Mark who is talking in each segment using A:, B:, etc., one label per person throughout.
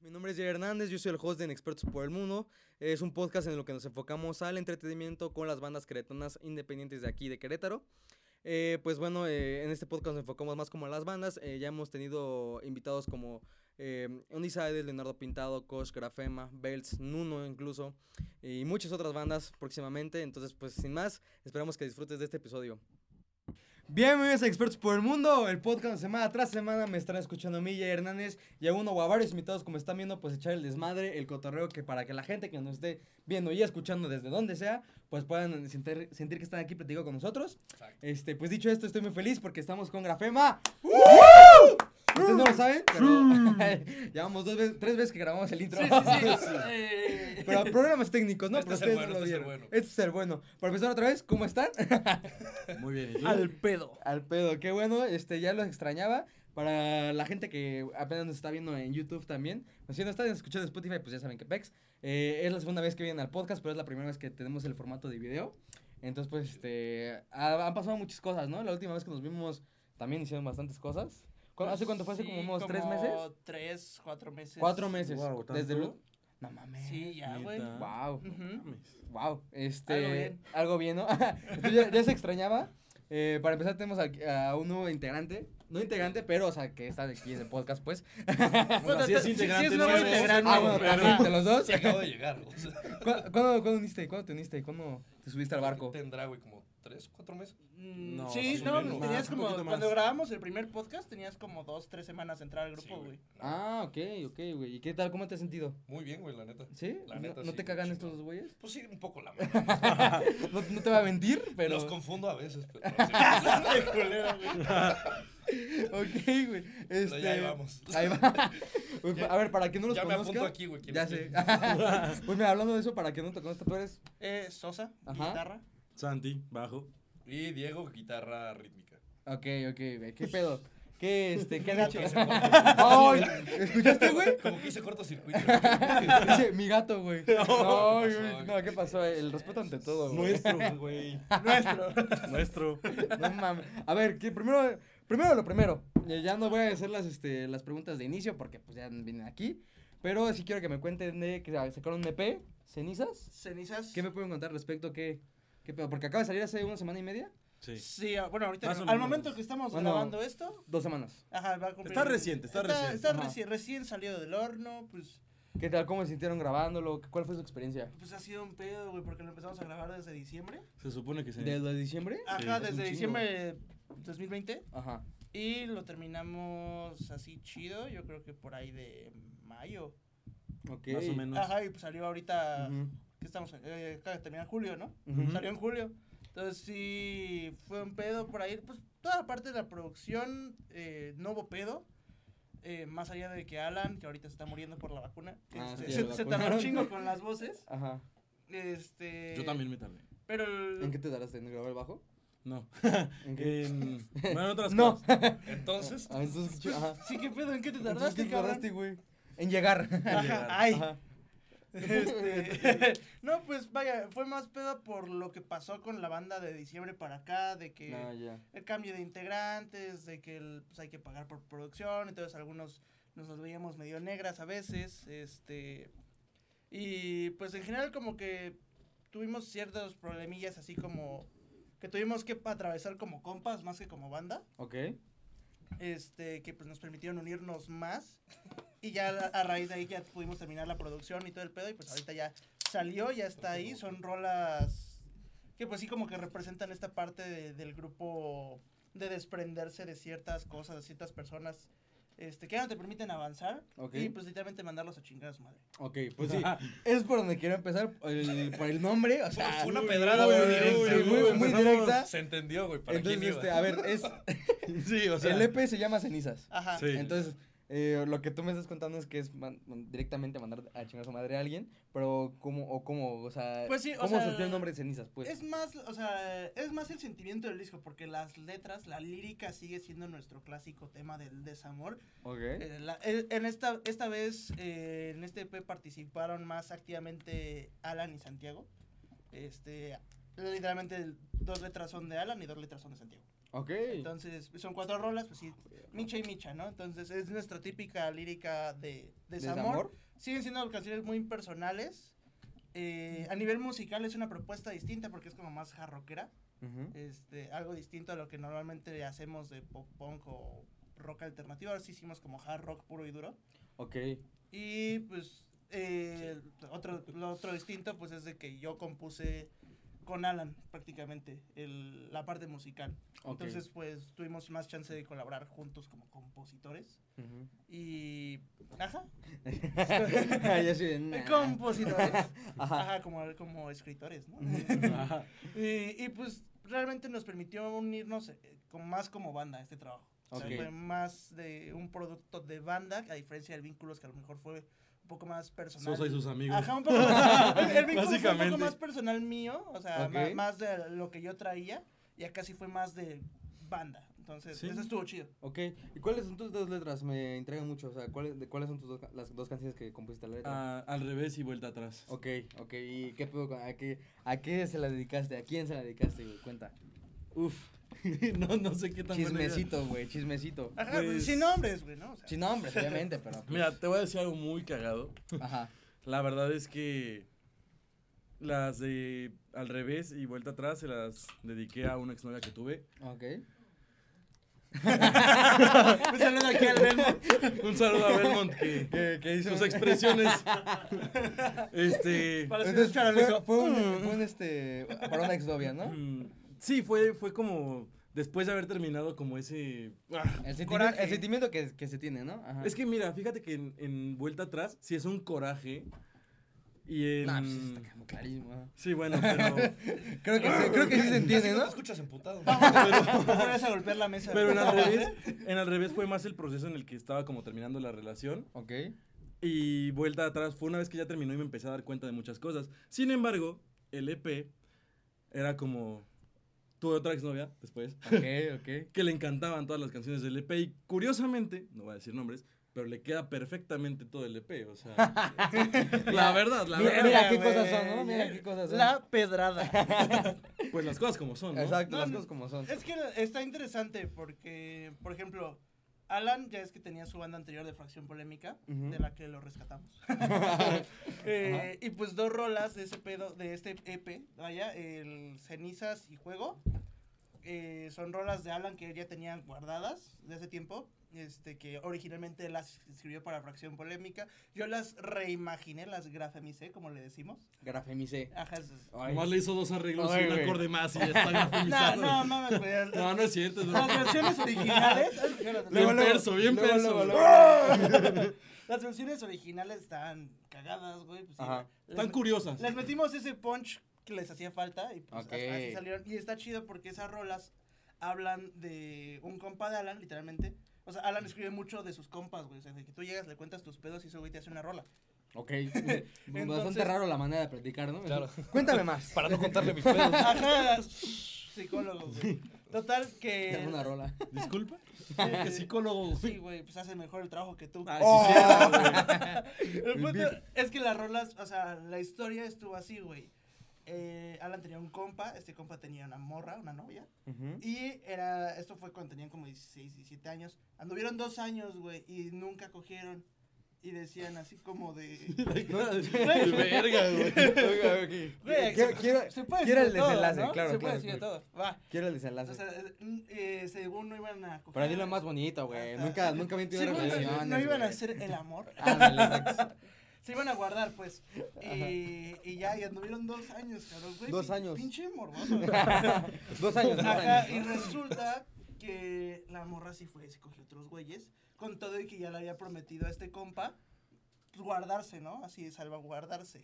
A: Mi nombre es Jair Hernández, yo soy el host de En Expertos por el Mundo. Es un podcast en el que nos enfocamos al entretenimiento con las bandas queretanas independientes de aquí de Querétaro. Eh, pues bueno, eh, en este podcast nos enfocamos más como a las bandas. Eh, ya hemos tenido invitados como eh, Undecided, Leonardo Pintado, Kosh, Grafema, Belts, Nuno incluso, y muchas otras bandas próximamente. Entonces, pues sin más, esperamos que disfrutes de este episodio. Bienvenidos a Expertos por el Mundo, el podcast semana tras semana me estará escuchando a mí, Yair Hernández, y a uno o a varios invitados, como están viendo, pues echar el desmadre, el cotorreo, que para que la gente que nos esté viendo y escuchando desde donde sea, pues puedan sentir, sentir que están aquí platicando con nosotros. Este, pues dicho esto, estoy muy feliz porque estamos con Grafema. Ustedes no lo saben, pero llevamos dos veces, tres veces que grabamos el intro.
B: Sí, sí, sí. Eh,
A: Pero problemas técnicos, ¿no?
B: Este
A: Pero
B: es el
A: ustedes
B: bueno,
A: no lo
B: este es el
A: vieron.
B: bueno.
A: Este es el bueno. Para empezar otra vez, ¿cómo están?
C: Muy bien, ¿y tú?
D: Al pedo.
A: Al pedo, qué bueno, este, ya los extrañaba. Para la gente que apenas nos está viendo en YouTube también, pues si no están escuchando en Spotify, pues ya saben que Pex. Eh, es la segunda vez que vienen al podcast, pero es la primera vez que tenemos el formato de video. Entonces, pues, este, ha- han pasado muchas cosas, ¿no? La última vez que nos vimos también hicieron bastantes cosas. ¿Cu- ¿Hace cuánto fue? ¿Hace como
B: sí,
A: unos tres meses?
B: Tres, cuatro meses.
A: Cuatro meses.
C: Guau,
A: desde el...
C: ¿tanto?
A: No mames.
B: Sí, ya, güey.
C: Neta.
A: Wow.
B: Ujú.
C: Mames.
A: Wow, este.
B: Algo bien.
A: Algo bien, ¿no? Entonces, ya, ya se extrañaba. Eh, para empezar, tenemos aquí a, un nuevo integrante. No integrante, pero, o sea, que está aquí en el podcast, pues.
C: Bueno,
B: Bueno,
C: sí es
B: sí, sí,
C: integrante,
B: sí es nuevo
C: nuevo,
B: integrante,
A: Ah, bueno,
B: pero-
A: también, de los dos.
B: Se acabo de llegar. o sea.
A: ¿Cu- ¿Cuándo, cuándo uniste? ¿Cuándo te uniste? ¿Cuándo te subiste al barco?
B: Tendrá, güey, como tres, cuatro meses.
C: Mm, No,
B: sí,
C: sí,
B: no,
C: menos.
B: tenías
C: Más, un
B: como.
C: poquito
E: Cuando
C: más.
E: grabamos el primer podcast tenías como dos, tres semanas de entrar al
B: Sí,
E: grupo, güey.
A: Ah, ok, ok, güey. ¿Y qué tal? ¿Cómo te has sentido?
B: Muy bien, güey, la neta.
A: ¿Sí?
B: La
A: ¿No-
B: neta,
A: ¿No
B: sí,
A: te cagan
B: chingón.
A: estos dos güeyes?
B: Pues sí, un poco la mano.
A: No, no te va a mentir, pero.
B: Los confundo a veces, pero. sí.
E: Qué culero, güey.
A: Ok, güey.
B: Pero ya ahí
A: Este.
B: vamos.
A: Ahí va. Pues,
B: Ya-
A: a ver, para que no nos
B: Ya me apunto
A: conozca.
B: aquí, güey. ¿quién
A: Ya
B: es
A: sé.
B: quién?
A: pues mira, hablando de eso, para que no te conozcas, tú eres.
E: Eh, Sosa,
A: Ajá.
E: guitarra.
C: Santi, bajo.
B: Y Diego, guitarra rítmica.
A: Ok, ok, güey. ¿Qué pedo? ¿Qué, este, qué han
B: Como
A: hecho?
B: que se corta-
A: ¡Ay! ¿Escuchaste, güey?
B: Como que hice cortocircuito.
A: Dice, mi gato, güey. No,
B: ¿Qué pasó,
A: güey.
B: güey?
A: No, ¿qué pasó? El respeto ante todo, güey.
C: Nuestro, güey. Nuestro. Nuestro.
A: No mames. A ver, que primero, primero lo primero. Eh, Ya no voy a hacer las, este, las preguntas de inicio porque pues ya vienen aquí. Pero sí quiero que me cuenten de que sacaron un EP, Cenizas.
E: Cenizas.
A: ¿Qué me pueden contar respecto a qué, qué pedo? Porque acaba de salir hace una semana y media.
C: Sí.
E: Sí, ah, bueno, ahorita
C: Más
E: no.
C: o
E: al
C: menos.
E: momento que estamos
A: Bueno.
E: grabando esto,
A: Dos semanas.
E: ajá, va a cumplir.
C: Está reciente, está reciente.
E: Está
A: Ajá.
E: reci- recién salido del horno, pues
A: ¿Qué tal? ¿Cómo se sintieron grabándolo? ¿Cuál fue su experiencia?
E: pues ha sido un pedo, güey, porque lo empezamos a grabar desde diciembre.
C: Se supone que se.
A: ¿De lo de diciembre?
E: Ajá,
C: es un
E: desde
C: chingo.
E: diciembre de 2020
A: Ajá.
E: y lo terminamos así chido, yo creo que por ahí de mayo.
A: Ok.
C: Más o menos.
E: Ajá, y pues salió ahorita
A: Ujú.
E: que estamos eh, acaba de terminar julio, ¿no?
A: Ujú.
E: Salió en julio. Entonces sí fue un pedo por ahí. Pues toda la parte de la producción eh, no hubo pedo. Eh, más allá de que Alan, que ahorita se está muriendo por la vacuna,
A: Ah,
E: este,
A: sí,
E: se,
A: la
E: se
A: vacuna.
E: tardó un chingo con las voces.
A: Ajá.
E: Este,
C: Yo también me tardé.
E: Pero el-
A: ¿En qué te tardaste? ¿En grabar el bajo?
C: No.
A: ¿En
E: Eh,
A: qué?
C: En. Bueno, en otras
A: No.
C: cosas.
B: Entonces,
A: Ah, entonces, ¿qué ch- ajá.
E: Sí, qué pedo, ¿en qué te
A: Entonces, ¿qué
E: tardaste,
A: te
E: cabrón?
A: tardaste, güey? En llegar.
E: Ajá, ay.
A: Ajá.
E: Este, no, pues vaya, fue más pedo por lo que pasó con la banda de diciembre para acá, de que
A: No, ya.
E: el cambio de integrantes, de que el- pues, hay que pagar por producción, entonces algunos nos las veíamos medio negras a veces, este, y pues en general como que tuvimos ciertos problemillas así como que tuvimos que atravesar como compas más que como banda,
A: Ok.
E: este, que pues nos permitieron unirnos más, y ya a, a raíz de ahí ya pudimos terminar la producción y todo el pedo, y pues ahorita ya salió, ya está ahí, son rolas que pues sí como que representan esta parte de- del grupo de desprenderse de ciertas cosas, de ciertas personas este, que ya no te permiten avanzar
A: Ok.
E: y pues literalmente mandarlos a chingar a su madre.
A: Ok, pues sí. es por donde quiero empezar. el- por el nombre. O sea,
B: fue una
A: uy,
B: pedrada,
A: uy,
B: güey,
A: uy,
B: directa,
A: sí,
B: güey.
A: muy- Muy
C: Empezamos-
A: directa.
B: se entendió, güey, para
A: Entonces,
B: quién iba.
A: este, a ver, es,
C: Sí, o sea.
A: el E EP se llama Cenizas.
E: Ajá.
C: Sí.
A: Entonces, eh, lo que tú me estás contando es que es man- man- directamente mandar a chingar a su madre a alguien, pero ¿cómo, o cómo, o sea,
E: Pues sí, o
A: cómo
E: sea,
A: surgió el nombre de Cenizas, pues?
E: Es más, o sea, es más el sentimiento del disco, porque las letras, la lírica sigue siendo nuestro clásico tema del desamor.
A: Ok.
E: Eh, la- eh, en esta, esta vez, eh, en este EP participaron más activamente Alan y Santiago. Este, literalmente dos letras son de Alan y dos letras son de Santiago.
A: Ok.
E: Entonces, son cuatro rolas, pues sí, Micha y Micha, ¿no? Entonces, es nuestra típica lírica de desamor.
A: ¿Desamor?
E: Siguen siendo canciones muy impersonales. Eh, a nivel musical es una propuesta distinta porque es como más jarroquera.
A: Ujú.
E: Este, algo distinto a lo que normalmente hacemos de pop punk o rock alternativo. Ahora sí hicimos como hard rock puro y duro.
A: Ok.
E: Y pues eh, otro, lo otro distinto pues es de que yo compuse con Alan prácticamente el- la parte musical.
A: Ok.
E: Entonces pues tuvimos más chance de colaborar juntos como compositores.
A: Ujú.
E: Y... Ajá.
A: Yo así de, nah.
E: Compositores.
A: Ajá.
E: Ajá, como, como escritores, ¿no?
C: Ajá.
E: y, y, pues realmente nos permitió unirnos eh, con más como banda este trabajo. O sea,
A: Ok.
E: fue más de un producto de banda, a diferencia de vínculos que a lo mejor fue un poco más personal.
C: Sosa y sus amigos.
E: Ajá, un poco más. el- el vínculo fue un
C: Básicamente.
E: poco más personal mío, o sea,
A: Ok.
E: ma- más, de lo que yo traía, y acá sí fue más de banda. Entonces,
C: Sí.
E: eso estuvo chido.
A: Ok. ¿Y cuáles son tus dos letras? Me intrigan mucho. O sea, ¿cuáles, de, ¿cuáles son tus dos, ca- las dos canciones que compusiste la letra?
C: Ah, al revés y vuelta atrás.
A: Ok, ok. ¿Y qué pedo con- a qué, a qué se la dedicaste? ¿A quién se la dedicaste, güey? Cuenta. Uf.
C: no, no sé qué tan buena idea.
A: Chismecito, güey, chismecito.
E: Ajá,
C: Pues-
E: sin nombres, güey, ¿no? O sea,
A: Sin nombres, obviamente, pero. pues,
C: Mira, te voy a decir algo muy cagado.
A: Ajá.
C: La verdad es que las de al revés y vuelta atrás se las dediqué a una exnovia que tuve.
A: Ok.
E: un saludo aquí al Belmo.
C: Un saludo a Belmont que, sus expresiones. este
E: Para los que
A: Entonces,
E: no escucharon
A: fue,
E: eso.
A: fue un, fue un, este. Para una exnovia, ¿no?
C: mm, sí, fue fue como después de haber terminado como ese ah.
A: El sentimiento,
E: Coraje.
A: el sentimiento que, que se tiene, ¿no? Ajá.
C: Es que mira, fíjate que en, en vuelta atrás sí es un coraje y en
A: Nah, pues, está como clarísimo. ajá.
C: Sí, bueno, pero
A: Creo que, sí, creo que sí se entiende,
B: Casi
A: ¿no?
B: te escuchas emputado.
E: Vamos a golpear la mesa.
C: pero en al revés, en al revés fue más el proceso en el que estaba como terminando la relación.
A: Ok.
C: Y vuelta atrás fue una vez que ya terminó y me empecé a dar cuenta de muchas cosas. Sin embargo, el EP era como. Tuve otra exnovia después
A: Ok, ok.
C: que le encantaban todas las canciones del EP. Y curiosamente, no voy a decir nombres, pero le queda perfectamente todo el EP. O sea, la verdad, la
A: Mira,
C: verdad.
A: mira qué cosas son, ¿no? Mira qué cosas son.
E: La pedrada.
C: Pues las cosas como son, ¿no?
A: Exacto,
E: No,
A: las
E: no.
A: cosas como son.
E: Es que está interesante porque, por ejemplo, Alan ya es que tenía su banda anterior de Fracción Polémica,
A: Ujú.
E: de la que lo rescatamos. Eh, y pues dos rolas de ese pedo, de este EP, vaya, el Cenizas y Juego. eh, son rolas de Alan que él ya tenía guardadas de hace tiempo. Este, que originalmente las escribió para Fracción Polémica. Yo las reimaginé, las grafemicé, como le decimos.
A: Grafemice.
E: Ajá, es-
A: Ay.
C: Nomás le hizo dos arreglos
A: Ay,
C: y un
A: güey.
C: acorde más y ya está
E: No,
C: grafemizado.
E: no, mames, güey, es-
C: No, no es cierto. es
E: Las
C: broma.
E: versiones originales. ¿has escuchado las
C: Bien
A: Luego, luego,
C: perso, bien
A: luego,
C: perso.
A: luego,
C: güey.
E: Las versiones originales estaban cagadas, güey. Pues, sí,
A: Ajá.
E: les
C: Están
E: met-
C: curiosas.
E: Les metimos ese punch que les hacía falta y pues,
A: Ok.
E: a- así salieron. Y está chido porque esas rolas hablan de un compa de Alan, literalmente. O sea, Alan escribe mucho de sus compas, güey. O sea, de que tú llegas, le cuentas tus pedos y ese güey te hace una rola.
A: Ok. Bastante raro la manera de platicar, ¿no?
F: Claro.
A: Cuéntame más.
F: Para no contarle mis pedos.
E: Ajá, psicólogo, güey. Total que...
A: Dame una rola.
C: Disculpa.
E: eh,
C: Que psicólogo.
E: Sí, güey, pues hace mejor el trabajo que tú.
C: Ah,
A: Oh.
C: sí, cierto, güey.
E: El punto Pues, es que las rolas, o sea, la historia estuvo así, güey. Eh, Alan tenía un compa, este compa tenía una morra, una novia.
A: Ujú.
E: Y era, esto fue cuando tenían como 16, 17 años. Anduvieron dos años, güey, y nunca cogieron. Y decían así como de...
C: El verga, güey.
E: Güey,
A: Quiero-
E: se-
A: quiero-
E: se puede
A: quiero
E: decir
A: el
E: de todo,
A: desenlace,
E: ¿no?
A: claro, claro,
E: Se puede decir de todo. Va.
A: Quiero el
E: O sea,
A: desenlace.
E: eh, eh, según no iban a coger.
A: Pero dilo más bonito, güey.
E: Hasta-
A: Nunca, nunca habían tenido
E: Según no-
A: relaciones.
E: no iban a
A: güey.
E: hacer el amor.
A: Ándale, exacto.
E: Se iban a guardar, pues. Y, y ya, y anduvieron dos años, cabrón, güey.
A: Dos
E: Pin-
A: años.
E: Pinche morboso. güey.
A: Dos años, dos
E: Ajá,
A: años.
E: y resulta que la morra sí fue, se cogió otros güeyes. Con todo y que ya le había prometido a este compa pues, guardarse, ¿no? Así, salvaguardarse.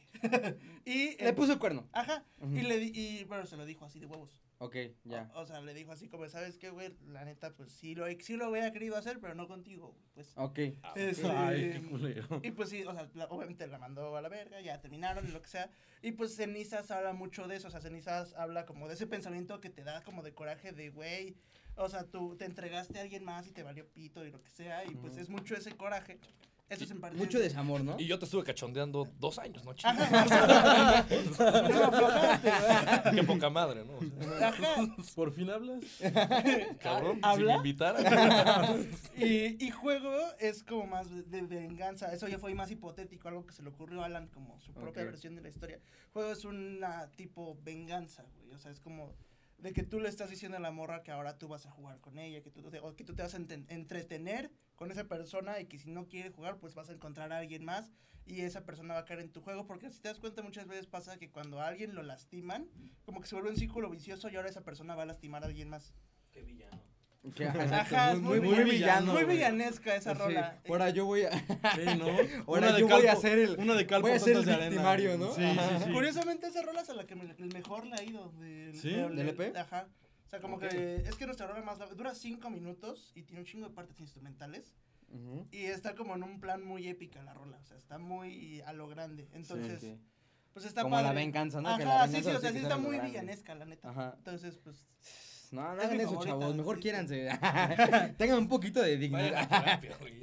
E: y.
A: Le
E: eh,
A: puso el cuerno.
E: Ajá. Y
A: pues, Ujú.
E: le di- y bueno, se lo dijo así de huevos.
A: Ok, ya.
E: O, o sea, le dijo así como, ¿sabes qué, güey? La neta, pues sí lo, sí lo hubiera querido hacer, pero no contigo, güey, pues.
A: Ah, Ok.
E: Este,
C: Ay, qué culero.
E: y pues sí, o sea, la- obviamente la mandó a la verga, ya terminaron y lo que sea. Y pues Cenizas habla mucho de eso, o sea, Cenizas habla como de ese pensamiento que te da como de coraje de, güey, o sea, tú te entregaste a alguien más y te valió pito y lo que sea, y pues
A: Ujú.
E: es mucho ese coraje. Eso es en parte.
A: Mucho desamor, ¿no?
B: Y yo te estuve cachondeando dos años, ¿no? Chingues.
E: Ajá. No me aflojaste, güey.
B: Qué poca madre, ¿no? O sea,
E: Ajá.
C: ¿Por fin hablas?
B: cabrón, si me
E: ¿Habla?
B: invitara.
E: Y, y juego es como más de, de venganza. Eso ya fue más hipotético, algo que se le ocurrió a Alan como su propia
A: Ok.
E: versión de la historia. Juego es una tipo venganza, güey. O sea, es como de que tú le estás diciendo a la morra que ahora tú vas a jugar con ella, que tú te, o que tú te vas a enten- entretener con esa persona y que si no quiere jugar, pues vas a encontrar a alguien más y esa persona va a caer en tu juego. Porque si te das cuenta, muchas veces pasa que cuando a alguien lo lastiman, como que se vuelve un círculo vicioso y ahora esa persona va a lastimar a alguien más.
G: Qué villano.
A: Que-
E: Ajá,
A: exacto,
E: es muy, muy villano. Muy
A: güey.
E: villanesca esa
A: Sí,
E: rola.
A: Ahora yo voy a.
C: Sí, ¿no?
A: Ahora
C: Una de
A: yo voy
C: cal
A: a
C: por-
A: ser el-
C: Una de cal
A: voy a
C: por
A: ser
C: tantas
A: el
C: de arena,
A: victimario,
C: güey.
A: ¿no?
C: Sí,
A: Ajá.
C: sí, sí.
E: Curiosamente, esa rola es a la que me- el mejor le ha ido. Del,
C: ¿Sí?
E: del-
A: ¿Del E EP?
E: Ajá. O sea, como
A: Ok.
E: que es que nuestra rola más larga- dura cinco minutos y tiene un chingo de partes instrumentales.
A: Ujú.
E: Y está como en un plan muy épica la rola. O sea, está muy a lo grande. Entonces,
A: Sí.
E: pues está
A: Como la
E: padre.
A: venganza, ¿no?
E: Ajá,
A: Que la
E: sí, sí,
A: venganza
E: o sea,
A: sí
E: sí
A: que
E: está
A: sale
E: muy
A: logrando.
E: villanesca, la neta.
A: Ajá.
E: Entonces, pues.
A: No, no
E: Es mi
A: hagan eso,
E: favorita,
A: chavos. Mejor
E: sí.
A: quiéranse. Tengan un poquito de
B: Vayan a
A: dignidad.
B: terapia, güey.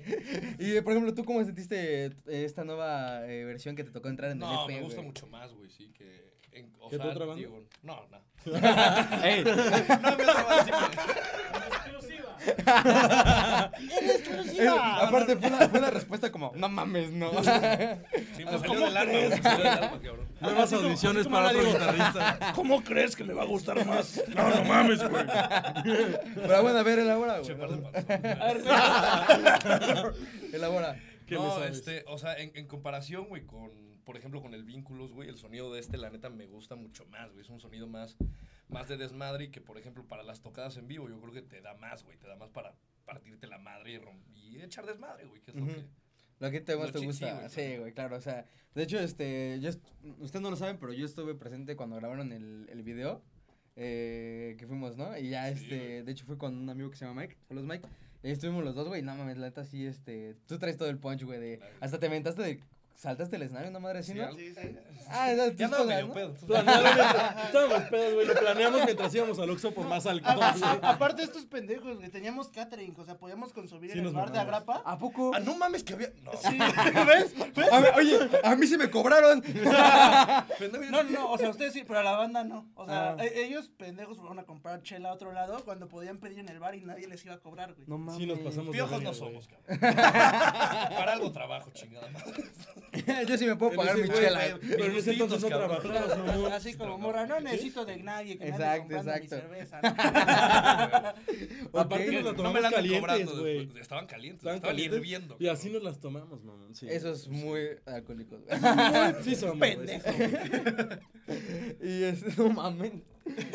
A: Y eh, por ejemplo, ¿tú cómo sentiste eh, esta nueva eh, versión que te tocó entrar en
B: No,
A: el EP?
B: me gusta
A: güey?
B: mucho más, güey, sí, que... En, o
C: ¿Que tu
B: sea,
C: otra banda?
B: digo, no, no.
A: Ey,
B: No me atrevo a decir
G: Exclusiva.
A: eh, aparte, fue una, fue una respuesta como: No mames, no.
B: que- Sí, me salió del alma, güey, me salió del alma, cabrón.
C: Nuevas audiciones para otro guitarrista.
B: ¿Cómo crees que me va a gustar más?
C: No, no mames, güey.
A: Pero bueno, a ver, elabora, güey. Elabora.
C: ¿Qué le
B: no,
C: sabes?
B: este, o sea, en, en comparación, güey, con, por ejemplo, con el Vínculos, güey, el sonido de este, la neta, me gusta mucho más, güey. Es un sonido más, más de desmadre y que, por ejemplo, para las tocadas en vivo, yo creo que te da más, güey. Te da más para partirte la madre y, rom- y echar desmadre, güey, que es
A: Ujú.
B: lo que...
A: Lo que te
B: Lo
A: más te
B: chi- sí,
A: gusta.
B: güey,
A: Sí,
B: claro.
A: güey, claro. O sea, de hecho, este, yo, est- ustedes no lo saben, pero yo estuve presente cuando grabaron el, el video eh, que fuimos, ¿no? Y ya,
B: Sí,
A: este,
B: güey.
A: de hecho, fue con un amigo que se llama Mike. Saludos, Mike. Y ahí estuvimos los dos, güey. No mames, la neta, sí, este, tú traes todo el punch, güey. De,
B: Claro.
A: hasta te aventaste de, saltaste el escenario, una madre así, ¿no?
B: Sí,
A: Ah, esas
B: Ya
A: tus
B: andaba
A: cosas,
B: medio
A: ¿no?
B: pedo. entonces-
C: Planearon mientras- Estábamos pedos, güey. Lo planeamos mientras íbamos al Oxxo por más
E: A-
C: alcohol.
E: a- a- aparte, estos pendejos, güey. Teníamos catering, o sea, podíamos consumir
C: Sí,
E: en el
C: nos
E: bar de
C: mamamos.
E: Agrapa.
A: ¿A poco?
B: Ah, no mames, que había... No,
E: Sí, ¿ves? ¿Ves?
A: A ver, oye, a mí sí me cobraron.
B: pendejo,
E: No, no, o sea, ustedes sí, pero a la banda no. O sea,
A: Ah.
E: e- ellos pendejos fueron a comprar chela a otro lado cuando podían pedir en el bar y nadie les iba a cobrar, güey.
A: No mames.
C: Sí, nos pasamos de
B: Piojos
C: verga,
B: no
C: güey.
B: somos, cabrón. Para algo trabajo, chingada madre.
A: yo sí me puedo
C: En
A: pagar
C: ese-
A: mi
C: güey,
A: chela.
C: Pero en ese entonces no
B: Cabrón.
C: trabajabas, no, amor.
E: Así como morra, no necesito de nadie que
A: Exacto,
E: me ande comprando mi
A: exacto. Ah,
E: cerveza. ¿no?
C: Aparte nos la
B: No me
C: tomamos
B: la andan
C: calientes,
B: cobrando
C: güey.
B: después. Estaban calientes,
C: Estaban
B: estaban,
C: calientes
B: hirviendo.
C: Y
B: cabrón.
C: así nos las tomamos, mamón. Sí.
A: Eso es muy alcohólico. güey.
C: Sí, somos.
E: Pendejo.
A: Y es, no mames.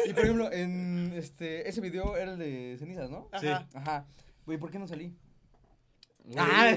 A: Y por ejemplo, en este, ese video era el de cenizas, ¿no?
C: Sí.
E: Ajá.
A: Ajá. Güey, ¿por qué no salí? Ah.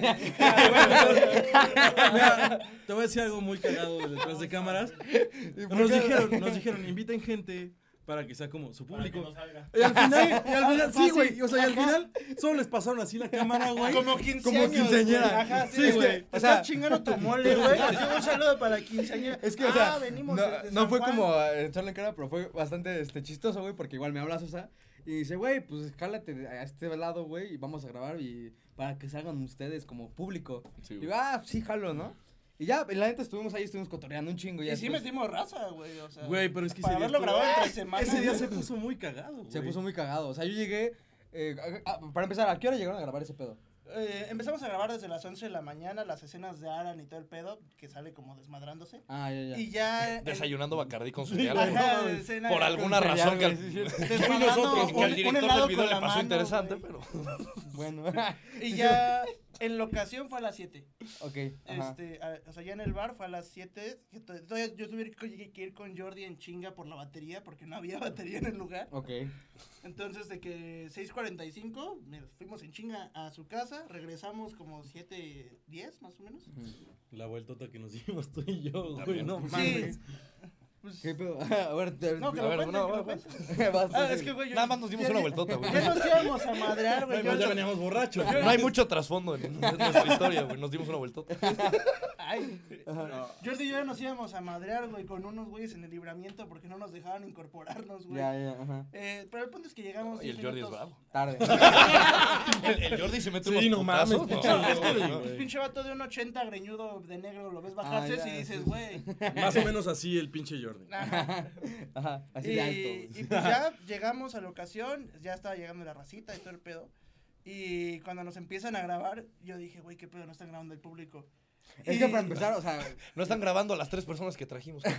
C: Mira, te voy a decir algo muy cagado de detrás de cámaras.
A: ¿Y por
C: Nos
A: qué-
C: dijeron, nos dijeron, inviten gente para que sea como su
G: Para que
C: público.
G: no salga.
C: Y al final, y al final, sí,
E: Fácil.
C: güey. O sea, y al final, solo les pasaron así la cámara, güey.
E: Como quinceañera.
A: Como quinceañera.
E: Ajá, sí,
A: Sí,
E: es que
A: güey.
E: te
A: O sea-
E: estás chingando tu mole, güey. Así, un saludo para la quinceañera.
A: Es que, o
E: Ah,
A: sea,
E: venimos
A: no,
E: desde
A: no
E: San
A: fue
E: Juan.
A: como a echarle en cara, pero fue bastante este, chistoso, güey, porque igual me habla Sosa y dice, güey, pues jálate de- a este lado, güey, y vamos a grabar y para que salgan ustedes como público. y yo, ah, sí, jalo, ¿no? Y ya, y la neta estuvimos ahí, estuvimos cotorreando un chingo. Y,
E: Y sí
A: después
E: metimos raza, güey. O sea,
C: Güey, pero es que
E: para
C: ese día
E: haberlo
C: estuvo-
E: grabado entre semanas.
C: Ese día se puso muy cagado, güey.
A: se puso muy cagado. O sea, yo llegué, eh, a- a- para empezar, ¿a qué hora llegaron a grabar ese pedo?
E: Eh, empezamos a grabar desde las 11 de la mañana las escenas de Aran y todo el pedo, que sale como desmadrándose.
A: Ah, ya, ya.
E: Y ya. el-
B: Desayunando Bacardí con su
E: Ajá,
B: diálogo.
E: escena
B: Por
E: con-
B: alguna
A: cereal,
B: razón que al,
A: güey, sí, es
E: desmadrando
B: que
E: un-
B: al
E: un
B: director
E: helado
B: del video
E: con
B: le
E: la
B: pasó
E: mano,
B: interesante,
E: güey.
B: pero...
A: Bueno,
E: Y ya en locación fue a las 7.
A: ok. ajá.
E: Este, a- o sea, ya en el bar fue a las 7. que to- Todavía yo tuve que, que ir con Jordi en chinga por la batería porque no había batería en el lugar.
A: Ok.
E: Entonces, de que 6.45 me- fuimos en chinga a su casa, regresamos como 7.10 más o menos.
C: La vueltota que nos dimos tú y yo, güey.
B: También.
C: No
E: Sí.
C: mames.
E: Pues,
A: ¿Qué pedo? A ver, te-
E: No, que
B: A
E: lo
B: ver,
E: cuenten,
B: no,
E: que lo
B: vas,
E: cuenten.
A: vas,
E: Ah,
A: sí.
E: es que, güey, yo-
B: Nada más nos dimos
E: ya-
B: una vueltota, güey.
E: Ya nos íbamos a madrear, güey.
C: No,
E: yo-
C: ya veníamos borrachos.
B: No hay mucho trasfondo en en nuestra historia, güey. Nos dimos una vueltota.
E: Ay. Jordi y yo ya nos íbamos a madrear, güey, con unos güeyes en el libramiento porque no nos dejaban incorporarnos, güey.
A: Ya, ya, ajá.
E: Eh, pero el punto es que llegamos.
B: Y el
E: diez
B: Jordi es
E: minutos-
B: bravo.
A: Tarde.
B: El, el Jordi se mete
C: Sí,
B: unos
C: no mames,
B: putazos,
C: pinche
B: no,
E: Es
C: Jordi,
E: que
B: no.
E: pues,
C: güey.
E: pinche vato de un 80 greñudo de negro, lo ves bajarse
A: Ah, ya,
E: y dices,
A: sí.
E: güey.
C: Más o menos así el pinche Jordi.
E: nah.
A: Ajá, así
E: y,
A: de alto. güey.
E: y pues ya llegamos a la ocasión, ya estaba llegando la racita y todo el pedo. Y cuando nos empiezan a grabar, yo dije, güey, qué pedo, no están grabando el público.
A: Es
E: Y-
A: que para empezar, o sea,
B: No están grabando a las tres personas que trajimos.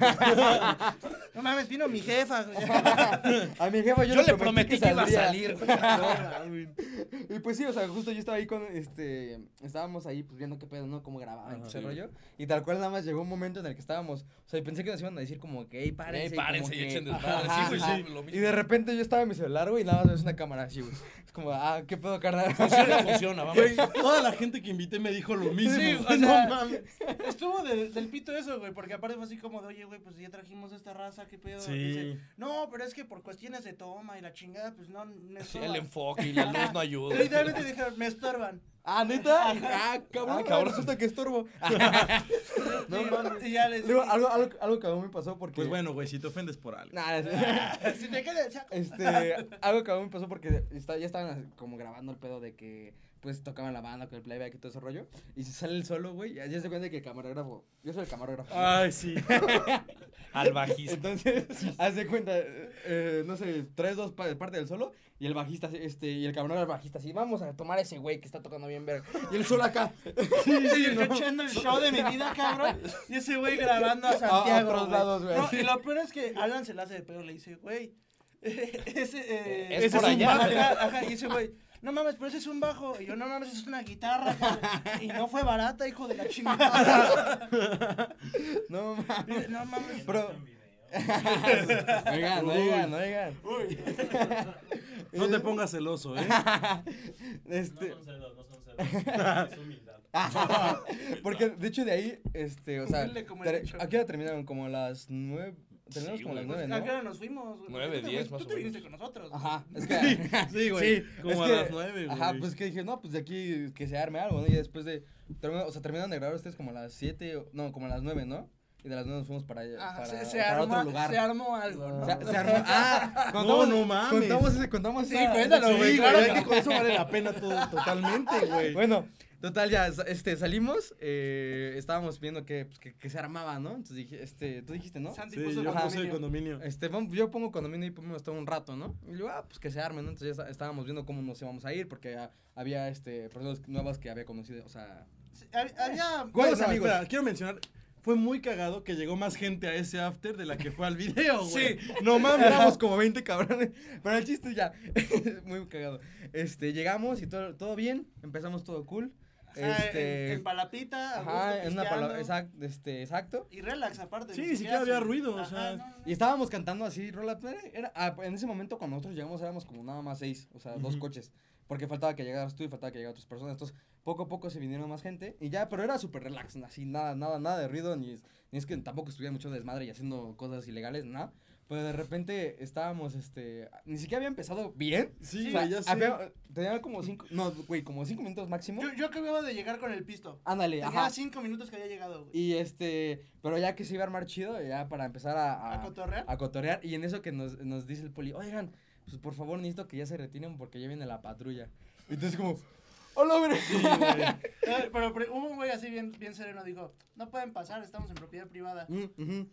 E: No mames, vino mi jefa. güey.
A: a mi jefa yo,
B: Yo le prometí que iba a
A: saldría.
B: salir. güey.
A: Y pues sí, o sea, justo yo estaba ahí con, este, estábamos ahí pues viendo qué pedo, ¿no? Cómo grababan,
C: Ajá.
A: ese
C: Sí.
A: rollo. Y tal cual nada más llegó un momento en el que estábamos, o sea, y pensé que nos iban a decir como que, hey, párense.
B: Ey,
A: como
B: párense y
A: que-
B: echen
A: Ajá,
B: desmadre. Sí, güey,
A: ajá.
B: sí, lo
A: Y
B: mismo.
A: de repente yo estaba en mi celular, güey, y nada más ves una cámara así, güey. Es como, ah, qué pedo, carnal.
B: Funciona, funciona, vamos.
C: Güey, toda la gente que invité me dijo lo mismo.
E: Sí, o
C: güey, no
E: sea,
C: mames.
E: Estuvo de- del pito eso, güey, porque aparte fue así como de, oye, güey, pues ya trajimos esta raza, qué pedo.
C: Sí.
E: Dice, no, pero es que por cuestiones de toma y la chingada, pues no, me
B: Sí, el
E: estorban.
B: enfoque y la luz no ayuda.
E: Literalmente dijeron, me estorban.
A: ah, ¿neta? Ah, cabrón,
B: Ah, cabrón.
A: resulta que estorbo.
E: No,
A: No mames.
E: Y ya les
A: Luego, algo, algo, algo que a mí me pasó porque...
C: Pues bueno, güey, si te ofendes por algo.
A: Nada, es-
E: Si te quedas, saco.
A: Este, algo que a mí me pasó porque está- ya estaban así como grabando el pedo de que pues tocaban la banda con el playback y todo ese rollo. Y se sale el solo, güey. Ya ya se cuenta que el camarógrafo. Yo soy el camarógrafo.
E: Ah,
C: Ay, sí.
B: Al bajista.
A: Entonces, haz de cuenta, eh, no sé, tres, dos pa- parte del solo y el bajista, así, este, y el camarógrafo bajista, así, vamos a tomar a ese güey que está tocando bien verga. Y el solo acá,
E: Sí, yo echando el show de mi vida, cabrón. Y ese güey grabando a Santiago.
A: otros lados, güey.
E: No, y lo peor es que Alan se la hace de pedo, le dice, güey. eh, Ese, eh,
B: Es
E: ese
B: por
E: un
B: allá.
E: bajo. Ajá, ajá, y ese güey. No mames, pero ese es un bajo. Y yo, no mames, es una guitarra. cabrón". Y no fue barata, hijo de la chingada.
A: no mames.
E: Y dice, No mames.
A: Pero-
G: Está en video.
A: Oigan, oigan, oigan.
C: No te pongas celoso, ¿eh?
G: No
A: Este,
G: son celos, no son celos. Es humildad.
A: Porque, de hecho, de ahí, este, o sea,
E: Humilde como el
A: ter-
E: bicho.
A: ¿a qué hora terminaron? Como a las nueve, terminamos
B: Sí,
A: como a las
B: güey,
A: nueve,
E: Pues, ¿A qué
A: ¿no?
E: hora nos fuimos? güey?
B: Nueve,
E: Porque tú te-
B: diez,
E: tú
B: más
E: te
B: o menos.
E: viniste con nosotros. güey.
A: Ajá, es que...
C: Sí, güey.
A: es
C: como a
A: que-
C: las nueve, güey.
A: Ajá, pues que dije, no, pues de aquí que se arme algo, ¿no? Y después de, termina- o sea, terminaron de grabar ustedes como a las siete, o- no, como a las nueve, ¿no? Y de las nueve nos fuimos para,
E: Ajá,
A: para,
E: se, se
A: para
E: arma-
A: otro lugar.
E: se armó algo,
A: O
E: ¿no?
A: sea, se armó. Ah,
C: No, no mames.
A: Contamos ese, contamos
E: Sí,
A: esa-
E: cuéntalo,
A: sí,
E: güey,
C: Sí,
E: claro
C: güey, es
E: que-
C: que con eso vale la pena todo, totalmente, güey.
A: Bueno, total, ya, sa- este, salimos, eh, estábamos viendo que, pues, que, que se armaba, ¿no? Entonces dije, este, tú dijiste, ¿no?
E: Santi
C: Sí,
E: puso
C: yo
E: condominio.
C: puse el condominio.
A: Este, vamos- yo pongo condominio y pongo hasta un rato, ¿no? Y yo, ah, pues que se armen, ¿no? Entonces ya está- estábamos viendo cómo nos íbamos a ir, porque ah, había, este, personas nuevas que había conocido, o sea...
E: Sí, hab- Había.
C: Güey,
A: Buenos
C: no,
A: amigos.
C: espera, quiero mencionar. Fue muy cagado que llegó más gente a ese after de la que fue al video, güey. Sí, no mames.
A: Éramos como 20 cabrones, pero el chiste ya, muy cagado. Este, llegamos y todo, todo bien, empezamos todo cool.
E: Ajá,
A: Este,
E: en, en palapita, a
A: ajá,
E: gusto,
A: en una palabra,
E: pisteando.
A: exacto, este, exacto.
E: Y relax aparte.
C: Sí, ni siquiera había
E: sin-
C: ruido, o sea.
E: no, no, no.
A: Y estábamos cantando así, rola, era, ah, en ese momento cuando nosotros llegamos éramos como nada más seis, o sea, dos
C: Ujú.
A: coches, porque faltaba que llegaras tú y faltaba que llegaran otras personas, entonces poco a poco se vinieron más gente y ya, pero era súper relax, así, nada, nada, nada de ruido, ni, es- ni es que tampoco estuviera mucho desmadre y haciendo cosas ilegales, nada, pero de repente estábamos, este, ni siquiera había empezado bien,
C: Sí,
A: o sea,
C: güey, ya sé.
A: había- tenían como cinco, no, güey, como cinco minutos máximo,
E: Yo, yo acababa de llegar con el pisto.
A: ándale,
E: Tenía
A: ajá,
E: cinco minutos que había llegado, güey.
A: y este, pero ya que se iba a armar chido, ya para empezar a-
E: ¿A cotorrear?
A: a cotorrear y en eso que nos, nos dice el poli, oigan, pues por favor necesito que ya se retiren porque ya viene la patrulla. Y entonces como, hola, güey.
E: Eh, Pero, pero hubo un güey así bien, bien sereno, dijo, no pueden pasar, estamos en propiedad privada.
A: Mm, ujú.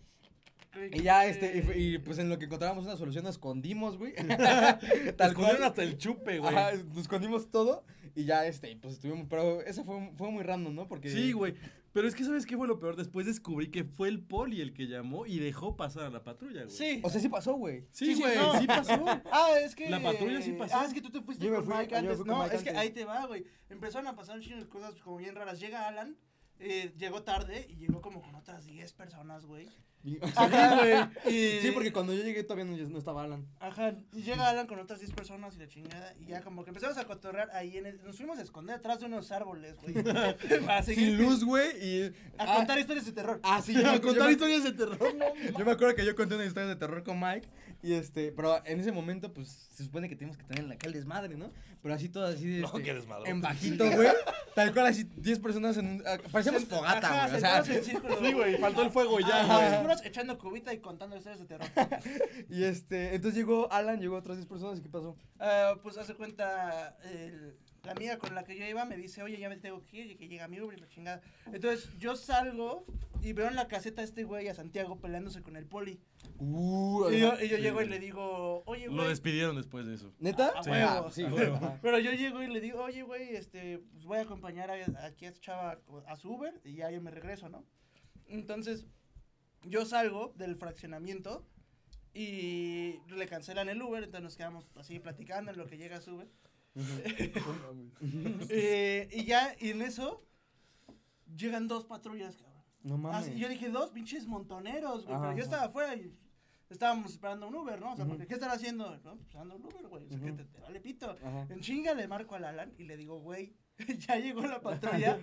E: Creo
A: Y ya,
E: que- eh,
A: este, y, fue- y, pues en lo que encontrábamos una solución nos escondimos, güey.
C: Te
A: Tal cual.
C: escondieron hasta el chupe, güey.
A: Ajá, nos escondimos todo y ya, este, y, pues estuvimos, pero eso fue, fue muy random, ¿no? Porque...
C: Sí, güey. Pero es que, ¿sabes qué fue lo peor? Después descubrí que fue el poli el que llamó y dejó pasar a la patrulla, güey.
E: Sí.
A: O sea, sí pasó, güey.
C: Sí,
E: Sí, sí,
C: güey, sí,
E: no.
C: pasó.
E: Ah, es que.
C: La patrulla sí pasó.
E: Ah, es que tú te fuiste
A: Yo me
E: con
A: fui,
E: Mike
A: yo
E: antes.
A: fui con
E: no,
A: Mike
E: es que
A: antes.
E: ahí te va, güey. Empezaron a pasar un chingo de cosas como bien raras. Llega Alan. eh, llegó tarde y llegó como con otras 10 personas, güey.
A: Ajá, güey.
E: Y-
A: Sí, porque cuando yo llegué todavía no, no estaba Alan.
E: Ajá, y llega Alan con otras 10 personas y la chingada, y ya como que empezamos a cotorrear ahí en el... Nos fuimos a esconder atrás de unos árboles, güey. Así
A: Sin luz, güey, y...
E: A contar historias de terror.
A: Ah, sí, yo me- yo me-
E: historias de terror, no
A: Yo me acuerdo que yo conté una historia de terror con Mike y este, pero en ese momento pues se supone que tenemos que tener en la calle desmadre, ¿no? Pero así todo así de
B: No,
A: este,
B: que desmadrote.
A: en bajito, güey. Tal cual así 10 personas en un ah, parecíamos fogata, güey, o sea,
E: en círculo.
C: Sí, güey, faltó el fuego y
E: Ah,
C: ya,
E: los
C: güey.
E: puros echando cubita y contando historias de terror.
A: y este, entonces llegó Alan, llegó otras 10 personas y ¿qué pasó?
E: Ah, pues hace cuenta, el- la amiga con la que yo iba me dice, oye, ya me tengo que ir, y que llega mi Uber y la chingada. Entonces yo salgo y veo en la caseta a este güey, a Santiago, peleándose con el poli.
A: Uh,
E: Y yo,
A: ajá.
E: y yo
C: Sí,
E: llego y
C: güey.
E: le digo, oye,
C: Lo
E: güey.
C: despidieron después de eso.
A: ¿Neta?
E: a
A: Sí,
E: huevo.
A: ah, sí,
C: A
A: güey,
C: huevo.
A: ajá.
E: Pero yo llego y le digo, oye, güey, este, pues voy a acompañar a- aquí a esta chava a su Uber y ya yo me regreso, ¿no? Entonces, yo salgo del fraccionamiento y le cancelan el Uber, entonces nos quedamos así platicando en lo que llega su Uber. Ah, Eh, y ya, y en eso, llegan dos patrullas, cabrón.
A: No mames.
E: Así, yo dije, dos pinches montoneros, güey. Pero
A: Ajá.
E: yo estaba afuera y estábamos esperando un Uber, ¿no? O sea,
A: Ujú.
E: porque, ¿qué están haciendo? No, pues, esperando un Uber, güey. O sea, que
A: Ujú.
E: te, te vale pito.
A: Ajá.
E: En chinga le marco al Alan y le digo, güey, ya llegó la patrulla,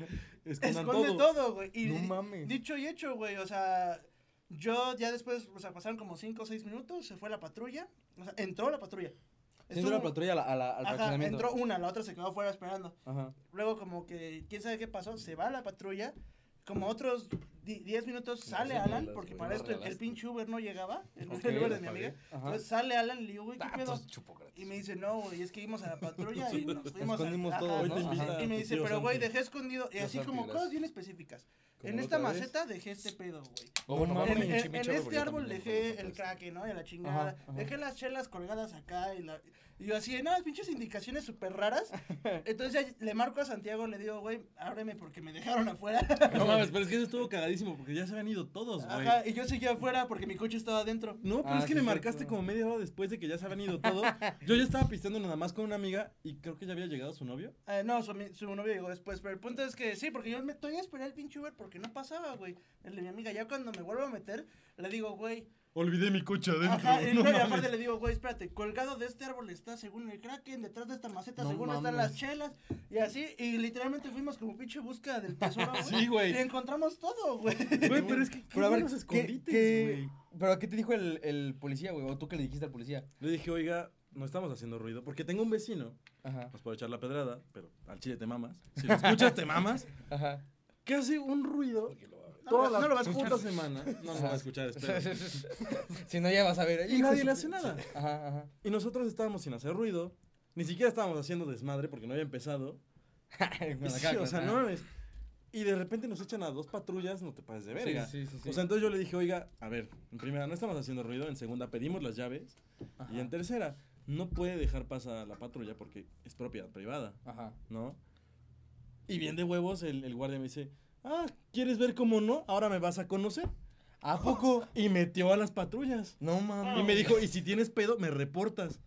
C: Escondan
E: esconde
C: todo.
E: todo, güey. Y
A: No
E: di-
A: mames.
E: dicho y hecho, güey, o sea, yo ya después, o sea, pasaron como 5 o 6 minutos, se fue la patrulla, o sea, entró la patrulla.
A: Se entró la
E: Estuvo-
A: patrulla a la- a la- al
E: Ajá,
A: fraccionamiento.
E: entró una, la otra se quedó afuera esperando.
A: Ajá.
E: Luego como que, quién sabe qué pasó, se va la patrulla, como otros di- 10 minutos sale
B: sí,
E: Alan,
B: las-
E: porque
B: güey,
E: para
B: las
E: esto el- el,
B: regalaste.
E: pinche Uber no llegaba, el,
A: Ok,
E: el Uber
B: las
E: de mi amiga.
B: pagué.
A: Ajá.
E: Entonces sale Alan y le digo, güey, ¿qué pedo?
B: Datos Ah, chupo gratis.
E: Y me dice, no, güey, es que íbamos a la patrulla y nos fuimos a-
A: Escondimos
E: ajá,
A: todo,
C: ¿no? Hoy te invita
E: ajá. Y
C: tu
E: me dice,
C: tío
E: pero güey,
C: Santi.
E: dejé escondido. Y
B: Tío
E: así
B: Santi,
E: como
B: gracias.
E: cosas bien específicas.
B: Como
E: En
B: la
E: esta
B: otra vez.
E: maceta dejé este pedo, güey.
B: Oh, no,
E: En,
B: mames,
E: en-
B: mi
E: en
B: chimichurri, porque
E: este
B: yo
E: árbol
B: también
E: dejé
B: como
E: el
B: crack.
E: crack, ¿no? Y a la chingada.
A: Ajá, ajá.
E: Dejé las chelas colgadas acá. Y, la- y yo así, nada, pinches indicaciones súper raras. Entonces ya le marco a Santiago, le digo, güey, ábreme porque me dejaron afuera.
C: No mames, pero es que eso estuvo cagadísimo porque ya se habían ido todos, Pues, güey.
E: Ajá, y yo seguía afuera porque mi coche estaba adentro.
C: No, pero
A: Ah,
C: es que
A: sí,
C: me
A: cierto.
C: marcaste como media hora después de que ya se habían ido todos. Yo ya estaba pisteando nada más con una amiga y creo que ya había llegado su novio.
E: Eh, no, su, ami- su novio llegó después, pero el punto es que sí, porque yo me estoy a esperar el pinche Uber porque no pasaba, güey. El de mi amiga, ya cuando me vuelvo a meter, le digo, güey.
C: Olvidé mi coche adentro.
E: Ajá, y,
C: no
E: no, y
C: mames.
E: aparte le digo, güey, espérate, colgado de este árbol está según el Kraken, detrás de esta maceta
A: No
E: según están
A: mames.
E: las chelas, y así, y literalmente fuimos como pinche búsqueda del tesoro, güey.
C: Sí, güey.
E: Y encontramos todo, güey.
C: Güey, pero es que
A: Pero a ver,
C: los
A: ¿qué,
C: escondites,
A: qué,
C: güey?
A: pero ¿qué te dijo el, el policía, güey? ¿O tú qué le dijiste al policía?
C: Le dije, oiga, no estamos haciendo ruido porque tengo un vecino.
A: Ajá,
C: Nos puedo echar la pedrada, pero al chile te mamas. Si lo escuchas, te mamas.
A: ajá.
C: Que hace un ruido
B: Porque lo va a ver.
C: toda
E: lo-
C: la
E: no lo va a
C: puta
E: escuchar.
C: semana. No lo va a escuchar, espero.
A: si no, ya vas a ver.
C: Y
A: hijo de
C: nadie
A: su
C: le
A: pu-
C: hace nada.
A: Ajá, ajá.
C: Y nosotros estábamos sin hacer ruido. Ni siquiera estábamos haciendo desmadre porque no había empezado.
A: Con la
C: Sí,
A: caca,
C: o sea,
A: ajá.
C: no mames. Y de repente nos echan a dos patrullas, no te pases de verga.
A: Sí, sí, sí, sí.
C: O sea, entonces yo le dije, oiga, a ver, en primera no estamos haciendo ruido, en segunda pedimos las llaves
A: Ajá,
C: y en tercera no puede dejar pasar a la patrulla porque es propiedad privada,
A: Ajá.
C: ¿no? Y bien de huevos el, el guardia me dice, ah, ¿quieres ver cómo no? Ahora me vas a conocer.
A: ¿A poco?
C: Y metió a las patrullas.
A: No mames.
C: Y me dijo, y si tienes pedo, me reportas.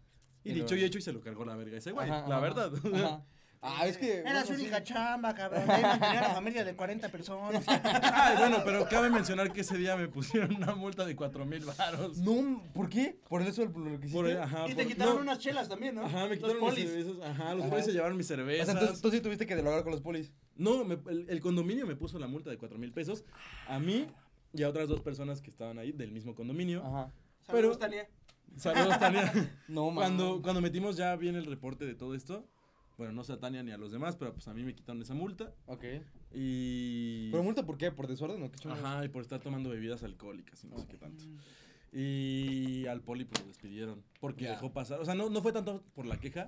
C: Y,
A: Y
C: dicho
A: lo-
C: y hecho, y se lo cargó la verga ese güey,
A: Ajá,
C: la
A: ajá,
C: verdad.
A: ajá. Ah, es que.
E: Era su
A: bueno,
E: única
A: sí.
E: chamba, cabrón. Ahí mantenía a la familia de 40 personas.
C: Ay, bueno, pero cabe mencionar que ese día me pusieron una multa de cuatro mil varos.
A: No, ¿por qué? Por eso por lo que hiciste.
C: Por- ajá,
E: y te
C: por-
E: quitaron
C: no.
E: unas chelas también, ¿no?
C: Ajá, me
E: Los
C: quitaron mis
E: polis.
C: cervezas. Ajá, los
A: Ajá.
C: polis se llevaron mis
A: O
C: cervezas.
A: sea, entonces tú sí tuviste que dialogar con los polis.
C: No, me- el, el condominio me puso la multa de cuatro mil pesos a mí y a otras dos personas que estaban ahí del mismo condominio.
A: Ajá.
E: Saludos,
C: Pero-
E: Tania.
C: Saludos, Tania.
A: No mames.
C: cuando, cuando metimos ya bien el reporte de todo esto, bueno, no sé a Tania ni a los demás, pero pues a mí me quitaron esa multa
A: Ok.
C: y...
A: ¿Pero multa por qué? ¿Por desorden o qué chingados?
C: Ajá, y por estar tomando bebidas alcohólicas y no sé qué tanto. Y al poli pues lo despidieron porque
A: Ya.
C: dejó pasar. O sea, no, no fue tanto por la queja,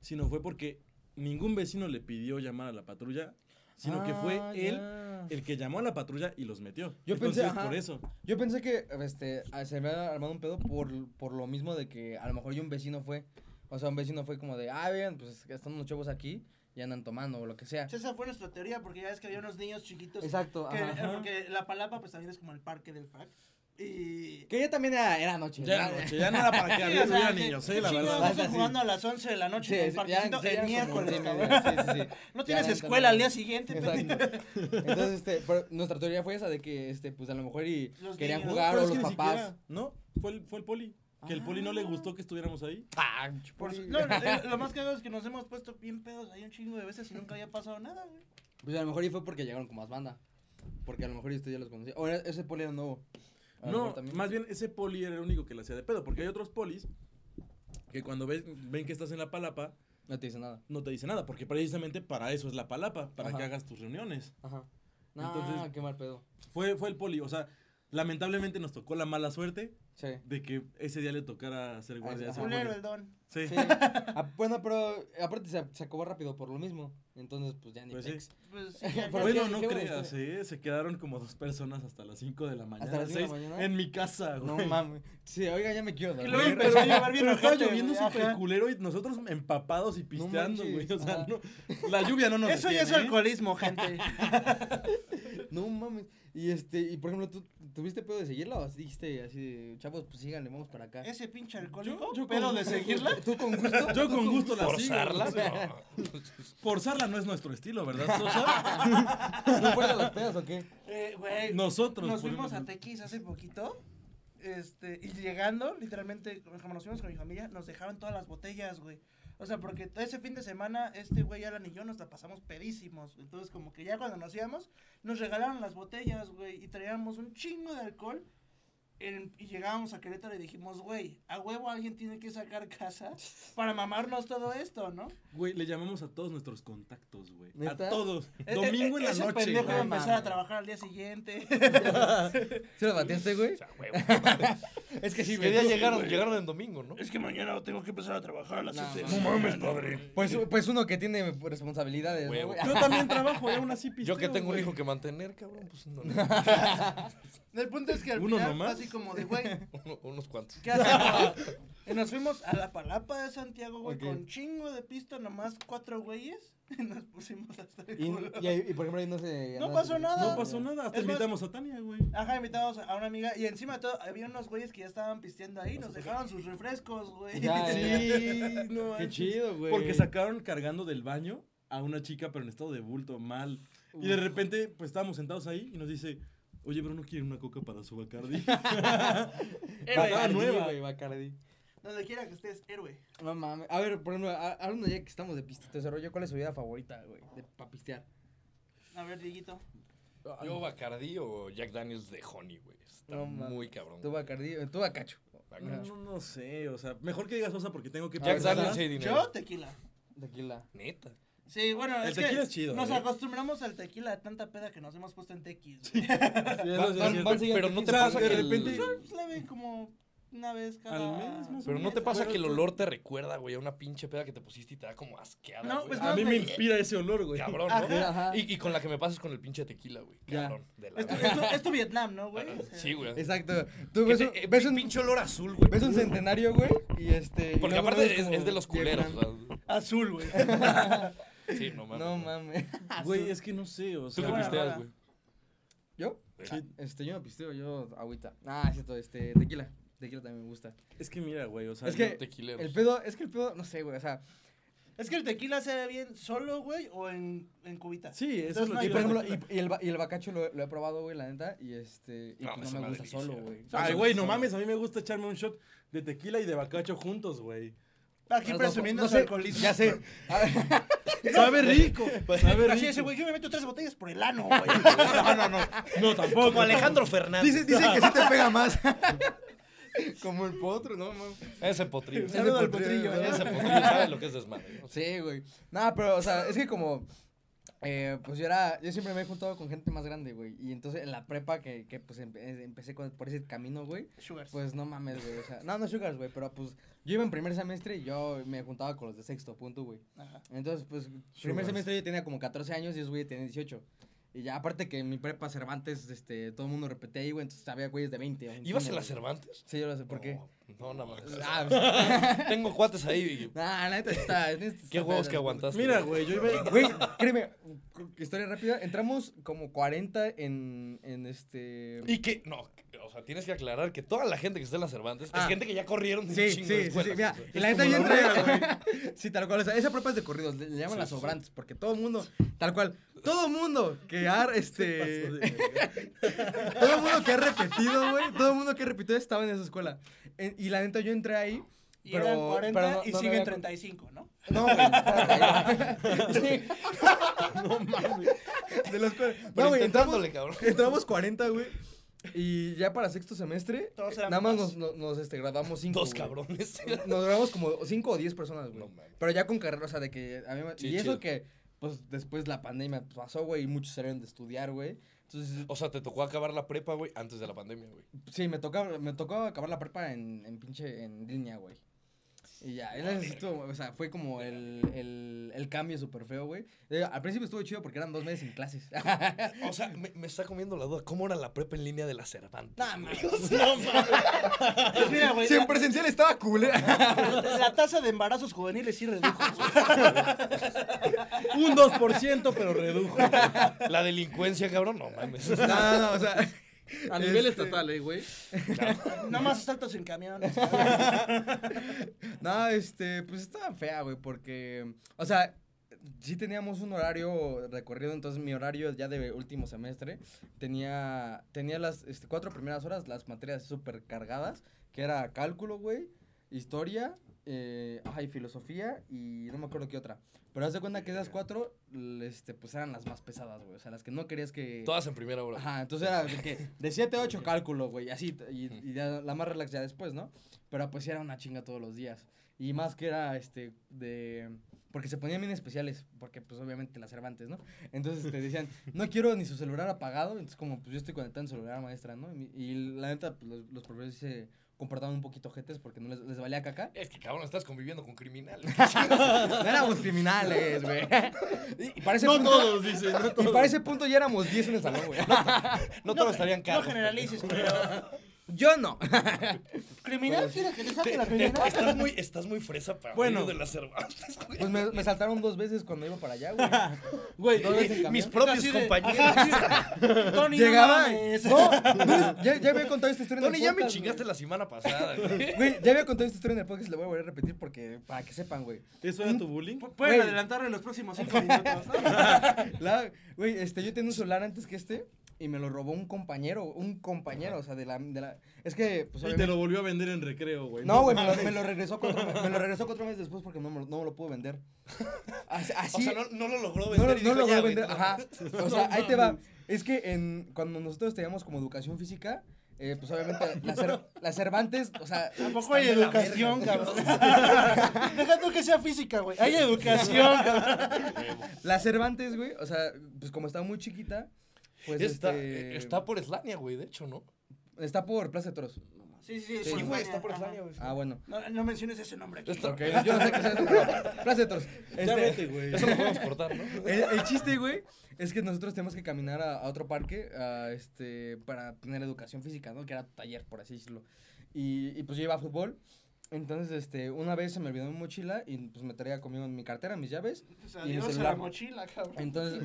C: sino fue porque ningún vecino le pidió llamar a la patrulla, sino que fue
A: Ah,
C: él
A: ya.
C: el que llamó a la patrulla y los metió.
A: Yo pensé,
C: Entonces,
A: ajá.
C: por eso.
A: Yo pensé que este, ah, se me había armado un pedo por, por lo mismo de que a lo mejor yo un vecino fue. O sea, un vecino fue como de, ah, vean, pues están unos chavos aquí y andan tomando o lo que sea.
E: Esa fue nuestra teoría, porque ya ves que había unos niños chiquitos
A: Exacto,
E: Que-
A: ajá.
E: Porque la palapa, pues también es como el parque del frac. Y.
A: Que ya también era, era noche.
C: Ya era
A: ¿verdad?
C: noche, ya no era para
E: Sí,
C: que había
E: o sea,
C: hubiera
E: que-
C: niños, eh, la
E: chingados
C: verdad.
E: están
A: Ah, Sí,
E: jugando a las 11 de la noche
A: Sí,
E: en
A: sí,
E: el
A: ya-
E: parquecito
A: ya
E: el
A: eran como
E: miércoles,
A: once y
E: cabrón.
A: media, sí, sí, sí.
E: No
A: Ya
E: tienes
A: eran como-
E: escuela al día siguiente, pues. pendejo.
A: Exacto. Entonces, este, pero nuestra teoría fue esa de que, este, pues a lo mejor y
E: Los
A: querían
E: niños.
A: jugar
C: Pero
A: o
C: es que
A: los
C: ni
A: papás.
C: siquiera- no, fue el, fue el poli. Que el poli no le gustó que estuviéramos ahí.
A: Ah,
E: Por
A: pues,
E: su- no, eh, lo más cagado es que nos hemos puesto bien pedos ahí un chingo de veces y nunca había pasado nada, güey.
A: pues a lo mejor y fue porque llegaron con más banda. Porque a lo mejor y usted ya los conocía. O era- ese poli era nuevo. A lo
C: No,
A: mejor Ah, también.
C: más bien ese poli era el único que le hacía de pedo. Porque hay otros polis que cuando ves- ven que estás en la palapa,
A: No te dice nada.
C: no te dice nada. Porque precisamente para eso es la palapa, para
A: Ajá.
C: que hagas tus reuniones.
A: Ajá. No,
C: Entonces-
A: qué mal pedo.
C: Fue, fue el poli, o sea, lamentablemente nos tocó la mala suerte
A: Sí.
C: de que ese día le tocara hacer guardia. a
A: ajá.
C: ese
E: Culero
C: poli.
E: el don.
C: Sí.
A: Sí. Ah, bueno, pero aparte se, se acabó rápido por lo mismo. Entonces, pues ya ni
C: Pues sí.
A: pex.
E: Pues sí, ya-
A: Pero
E: ya-
C: bueno,
A: qué-
C: no
A: qué buena
C: creas, ¿eh? Se quedaron como dos personas hasta las 5 de la mañana.
A: las cinco de la
C: seis,
A: mañana?
C: En mi casa,
A: No
C: güey.
A: mames. Sí, oiga, ya me quiero
E: Y
A: dormir.
E: luego
C: Güey,
E: empezó a llover bien
C: Pero estaba
E: ojete,
C: lloviendo
E: güey,
C: súper
E: ajá.
C: culero y nosotros empapados y pisteando, güey.
A: manches,
C: O sea,
A: ajá.
C: no. La lluvia no nos
E: Eso ya es
C: detiene, ¿eh?
E: alcoholismo, gente.
A: No mames. Y este, y por ejemplo, ¿tú tuviste pedo de seguirla o dijiste así de, chavos, pues síganle, vamos para acá?
E: Ese pinche alcohólico,
C: yo
E: pedo
C: con-
E: de seguirla.
A: ¿Tú con gusto?
C: Yo con gusto la sigo.
B: ¿Forzarla?
C: Forzarla no es nuestro estilo, ¿verdad, Sosa?
A: ¿No fueron las pedas o qué?
E: Eh, güey,
C: Nosotros.
E: Nos
C: ponemos-
E: fuimos a Tequis hace poquito. Este, y llegando, literalmente, como nos fuimos con mi familia, nos dejaron todas las botellas, güey. O sea, porque todo ese fin de semana, este güey Alan y yo nos la pasamos pedísimos. Entonces, como que ya cuando nos íbamos, nos regalaron las botellas, güey. Y traíamos un chingo de alcohol. en- y llegábamos a Querétaro y dijimos, güey, a huevo alguien tiene que sacar casa para mamarnos todo esto, ¿no?
C: Güey, le llamamos a todos nuestros contactos, güey. A
A: ¿Neta?
C: todos.
E: E-
C: Domingo
E: e-
C: en la
E: ese
C: noche,
E: pendejo
C: güey.
E: iba a empezar a
A: mames.
E: trabajar al día siguiente.
A: ¿Se lo bateaste, güey?
B: O sea, huevo.
A: Es que sí,
B: Que ya
A: tú-
B: llegaron, llegaron el domingo, ¿no?
E: es que mañana tengo que empezar a trabajar a las
A: No,
E: siete de
A: mames.
E: la mañana.
B: padre.
A: Pues, pues uno que tiene responsabilidades, ¿no,
B: Huevo.
A: güey?
C: Yo también trabajo, y aún así pisteo,
B: Yo que tengo un
C: güey.
B: hijo que mantener, cabrón, pues no,
E: El punto es que al
C: ¿Uno
E: final
C: nomás?
E: fue así como de, güey,
B: uno- unos cuantos.
E: ¿qué hacemos? Y nos fuimos a la palapa de Santiago, güey,
A: Ok.
E: con chingo de pista, nomás cuatro güeyes, y nos pusimos hasta el
A: Y,
E: culo.
A: y, ahí- y por ejemplo, ahí no se...
E: No pasó
A: se-
E: nada.
C: No pasó nada, hasta
E: Es más-
C: invitamos a Tania, güey.
E: Ajá, invitamos a una amiga, y encima de todo, había unos güeyes que ya estaban pisteando ahí, nos dejaron sus refrescos, güey.
A: Ya,
C: Sí,
A: Qué
C: no manches.
A: chido, güey.
C: Porque sacaron cargando del baño a una chica, pero en estado de bulto, mal. Y de
A: Uf.
C: repente, pues estábamos sentados ahí y nos dice, oye, pero no quiere una coca para su Bacardi. Estaba
A: Bacardí,
C: nueva.
A: güey, Bacardí.
E: Donde quiera que estés, héroe.
A: No mames. A ver, por ejemplo, a- hablando ya que estamos de pistito ese rollo, ¿cuál es su vida favorita, güey? De pa' pistear.
E: A ver, Dieguito.
B: Yo Bacardí o Jack Daniels de Honey, güey. Está
A: No mames.
B: muy cabrón.
A: Tú Bacardí, eh, tú Bacacho.
B: Bacardi.
C: No, no, no sé, o sea, mejor que digas Sosa porque tengo que...
A: A
B: Jack
A: ver,
C: pensar.
B: Daniels y dinero.
E: Yo, tequila.
A: Tequila.
B: Neta.
E: Sí, bueno,
C: El
E: es que
C: tequila es chido,
E: nos
C: ¿eh?
E: acostumbramos al tequila de tanta peda que nos hemos puesto en tequis, güey.
C: Sí,
A: Van-
C: eso sí es
A: van-
C: cierto.
A: van siguiendo
B: Pero no
A: el ritmo.
B: te pasa
A: O sea,
B: que
A: de
B: el-
A: repente-
E: Pues la ven como una vez cada...
C: Al mes, más o
B: Pero no te
C: Bueno,
B: pasa que el
C: tú-
B: olor te recuerda, güey, a una pinche peda que te pusiste y te da como asqueada.
E: No,
B: güey.
E: pues
C: A
E: no,
C: mí me
E: güey.
C: inspira ese olor, güey.
B: Cabrón,
A: Ajá.
B: ¿no?
A: Ajá.
B: Y, y con la que me pasas con el pinche tequila, güey.
A: Ya.
B: Cabrón. De la
E: Es tu,
B: verga.
E: es tu- es tu Vietnam, ¿no, güey? O sea,
B: Sí, güey.
A: Exacto. Tú
B: Que
A: ves
B: te-
A: un,
B: eh,
A: ves un,
B: pinche olor azul, güey.
A: ves un centenario, güey, y este... y
B: Porque
A: luego
B: aparte
A: ves
B: es,
A: como
B: es de los culeros.
A: Vietnam.
B: o
E: Azul, güey.
B: sea, sí, no mames.
A: No mames.
C: Güey, es que no sé, o
B: Tú
C: sea...
B: que
E: Bueno,
B: pisteas,
E: ahora.
B: güey.
A: ¿Yo?
B: Sí.
A: Ah, Este, yo no pisteo, yo agüita. Ah, es cierto, este, tequila. Tequila también me gusta.
C: Es que mira, güey, o sea...
A: Es que-
C: yo-
B: Tequileros.
A: El pedo, es que el pedo, no sé, güey, o sea...
E: Es que el tequila se ve bien solo, güey, o en, en cubitas.
C: Sí, eso
E: Entonces
C: es lo
E: no
C: que...
E: hay
A: Y por
E: pedo.
A: ejemplo, y, y el, ba- y el bacacho lo, lo he probado, güey, la neta, y este, y
B: No,
A: pues
B: es
A: no me
B: una
A: gusta
B: delicia.
A: solo, güey.
C: Ay, güey, no mames, a mí me gusta echarme un shot de tequila y de bacacho juntos, güey.
E: Aquí
A: No, no,
E: presumiendo
A: no
E: su
A: sé,
E: alcoholismo.
A: Ya sé. A ver,
C: Sabe rico, sabe
E: Así ese
C: rico.
E: güey, yo me meto tres botellas por el ano, güey.
B: No, no, no.
C: No, tampoco.
B: Como Alejandro Fernández.
A: Dicen, dicen que sí te pega más. Como el potro, no mames.
B: Ese potrillo.
A: Ese Saludo al potrillo, potrillo, ¿no?
B: Ese potrillo sabe lo que es desmadre. ¿no?
A: Sí, güey. Nada, pero, o sea, es que como. eh, pues yo era. Yo siempre me he juntado con gente más grande, güey. Y entonces en la prepa que, que pues empe- eh, empecé con- por ese camino, güey.
E: Sugars.
A: Pues no mames, güey. O sea, no, no sugars, güey. Pero pues yo iba en primer semestre y yo me juntaba con los de sexto punto, güey.
E: Ajá.
A: Entonces, pues,
C: Sugars.
A: primer semestre yo tenía como 14 años y esos güeyes tenían 18. Y ya, aparte que en mi prepa Cervantes, este, todo el mundo repetía ahí, güey, entonces había güeyes de 20. un
B: ¿Ibas
A: chingo,
B: en la
A: güey.
B: Cervantes?
A: Sí, yo lo sé, ¿por qué?
B: No, No, nada más.
A: Ah, pues,
B: Tengo cuates ahí. y-
A: nah, la neta sí está.
B: Qué huevos que aguantaste.
C: Mira, güey, yo iba...
A: Güey, créeme, cu- historia rápida, entramos como 40 en, en este...
B: Y que, no, o sea, tienes que aclarar que toda la gente que está en las Cervantes
A: Ah.
B: es gente que ya corrieron de
A: Sí,
B: un
A: sí,
B: chingo de
A: sí, sí,
B: escuelas.
A: mira,
B: o sea.
A: y la neta bien
H: como la
A: traída, güey. Sí, tal cual, o sea, esa prepa es de corridos, le, le llaman
B: Sí,
A: las
B: sí, sí.
A: sobrantes, porque todo mundo, tal cual, todo mundo que ha, este, todo mundo que ha repetido, güey, todo mundo que repitió estaba en esa escuela, En- y la neta yo entré ahí,
E: Y
A: pero,
E: eran 40
A: pero no-
E: y
A: no me
E: siguen
A: había-
E: 35, ¿no?
A: No, güey, espérate.
B: No mames.
A: de los cuales, no,
B: Pero
A: güey, entramos,
B: intentándole, cabrón.
A: entramos 40, güey, y ya para sexto semestre,
E: Todos eran
A: nada más
E: dos.
A: nos, nos, nos, este, graduamos cinco,
B: Dos
A: güey.
B: cabrones.
A: Nos grabamos como 5 o 10 personas, güey.
B: No mames.
A: pero ya con carrera, o sea, de que. A mí, me-
B: Sí,
A: y eso
B: chido.
A: que, pues después la pandemia pasó, güey, y muchos salieron de estudiar, güey. Entonces,
B: O sea, te tocó acabar la prepa, güey, antes de la pandemia, güey.
A: sí, me tocó, me tocó acabar la prepa en, en pinche. en línea, güey. Y ya, él necesito, o sea, fue como el, el, el cambio súper feo, güey. Eh, Al principio estuvo chido porque eran dos meses sin clases.
B: O sea, me, me está comiendo la duda. ¿Cómo era la prepa en línea de las Cervantes?
A: Nah,
B: güey?
A: mames.
B: O sea, No mames.
E: Pues mira, güey,
A: Sí, en
E: la,
A: presencial estaba cool, eh.
E: la tasa de embarazos juveniles sí redujo. güey.
C: Un 2%, pero redujo.
B: La delincuencia, cabrón, no mames.
A: No, no, no, o sea.
C: A nivel
A: Este-
C: estatal, eh, güey.
E: Nada más asaltos en camiones.
A: No, este, pues estaba fea, güey, porque, o sea, sí teníamos un horario recorrido, entonces mi horario ya de último semestre tenía, tenía las este, cuatro primeras horas, las materias súper cargadas, que era cálculo, güey, historia, eh, ay, filosofía y no me acuerdo qué otra. Pero haz de cuenta que esas cuatro, l- este, pues eran las más pesadas, güey, o sea, las que no querías que...
B: Todas en primera hora.
A: Ajá, entonces era de que de 7 a 8 cálculo, güey, así, t- y,
B: Ujú.
A: y ya la más relax ya después, ¿no? Pero pues sí era una chinga todos los días. Y más que era, este, de... Porque se ponían bien especiales, porque pues obviamente las Cervantes, ¿no? Entonces te decían, no quiero ni su celular apagado, entonces como pues yo estoy conectado en celular maestra, ¿no? Y, mi- y la neta, pues los, los profesores sí se comportaban un poquito jetes porque no les, les valía caca.
B: Es que, cabrón, estás conviviendo con criminales.
A: No éramos criminales, güey. Y, y para ese
C: No
A: punto,
C: todos, dice. No
A: y
C: todos.
A: para ese punto ya éramos 10 en el salón, güey.
B: No todos estarían
E: No
B: caros.
E: generalices, pero.
A: Yo no.
E: Criminal,
A: Pues,
E: mira que le saque la
B: Te- te-
E: criminal.
B: estás, muy, estás muy fresa para
C: Bueno.
B: bueno, de las Cervantes, güey.
A: Pues me, me saltaron dos veces cuando iba para allá, güey.
C: Güey,
A: Dos veces en camión.
B: Mis propios
E: Así de-
B: compañeros.
E: Tony,
A: Llegaba.
E: no mames.
A: No, no, ya, ya había contado esta historia en el
B: Tony, ya me
A: podcast,
B: chingaste
A: güey.
B: la semana pasada, güey.
A: Güey, ya había contado esta historia en el podcast, la voy a volver a repetir porque para que sepan, güey.
C: ¿Eso era tu bullying?
E: Pu- Pueden
A: Güey.
E: adelantarlo en los próximos 5 minutos, ¿no?
A: La- Güey, este, yo tenía un celular antes que este y me lo robó un compañero, un compañero, o sea, de la, de la... Es que, pues,
C: Y te lo volvió a vender en recreo, güey.
A: No, güey, me lo, me lo regresó cuatro, me- me lo regresó cuatro meses después porque no me, lo- no me lo pudo vender. Así,
B: O sea, no, no lo logró vender.
A: No,
B: y
A: no
B: dijo,
A: lo voy
B: "Ya,
A: a
B: güey,
A: vender.
B: no".
A: Ajá. O sea, ahí te va. Es que en, cuando nosotros teníamos como educación física, eh, pues obviamente las, Cer- las Cervantes, o sea,
E: Tampoco hay educación, cabrón. Dejando que sea física, güey. Hay educación, cabrón.
A: las Cervantes, güey, o sea, pues como estaba muy chiquita, pues
B: está, eh,
A: este,
B: está por Eslania, güey, de hecho, ¿no?
A: está por Plaza de Toros.
E: Sí, sí,
A: Sí,
E: por
A: güey,
E: España,
B: está por
E: ajá.
B: Eslania, güey.
A: Ah, bueno.
E: No, no menciones ese nombre aquí.
B: Está-
A: Ok, yo no sé qué sea eso, pero Plaza de Toros.
C: Ya
A: Este,
C: vete, güey.
B: Eso lo podemos cortar, ¿no?
A: el, el chiste, güey, es que nosotros tenemos que caminar a, a otro parque a, este, para tener educación física, ¿no? Que era taller, por así decirlo. Y, y, pues yo iba a fútbol. Entonces, este, una vez se me olvidó mi mochila y pues me traía conmigo mi cartera, mis llaves.
E: O sea,
A: y mi
E: Dios, a la
A: celular.
E: mochila, cabrón.
A: Entonces,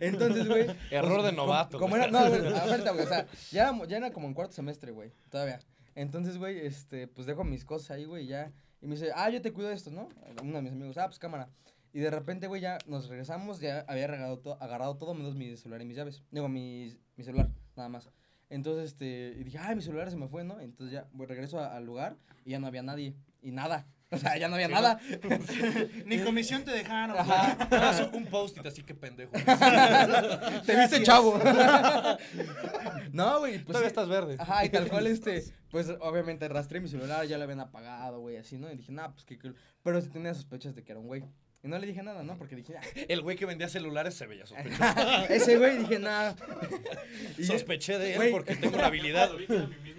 A: entonces, güey.
B: Error de
A: com-
B: novato,
A: Como,
B: güey.
A: era, no, güey, aguanta, güey, o sea, ya era, ya era como en cuarto semestre, güey, todavía. Entonces, güey, este, pues dejo mis cosas ahí, güey, ya. Y me dice, ah, yo te cuido de esto, ¿no? Uno de mis amigos, ah, pues cámara. Y de repente, güey, ya nos regresamos, ya había agarrado, to- agarrado todo menos mi celular y mis llaves. Digo, mi, mi celular, nada más. Entonces, este, y dije, ay, mi celular se me fue, ¿no? Entonces ya, güey, regreso a- al lugar y ya no había nadie. Y nada. O sea, ya no había nada.
E: Ni comisión te dejaron. güey.
B: Haz Ah, un post-it así que pendejo. Pues
A: Te viste chavo. no, güey, pues.
B: Todavía
A: sí.
B: estás verde.
A: Ajá, y tal cual este, pues obviamente arrastré mi celular, ya lo habían apagado, güey, así, ¿no? Y dije, nah, pues qué cool. Pero sí tenía sospechas de que era un güey. Y no le dije nada, ¿no? Porque dije,
B: El güey que vendía celulares se veía sospechoso.
A: "Ah, ese güey, dije, nada.
B: Sospeché de él
A: Güey.
B: porque tengo la habilidad.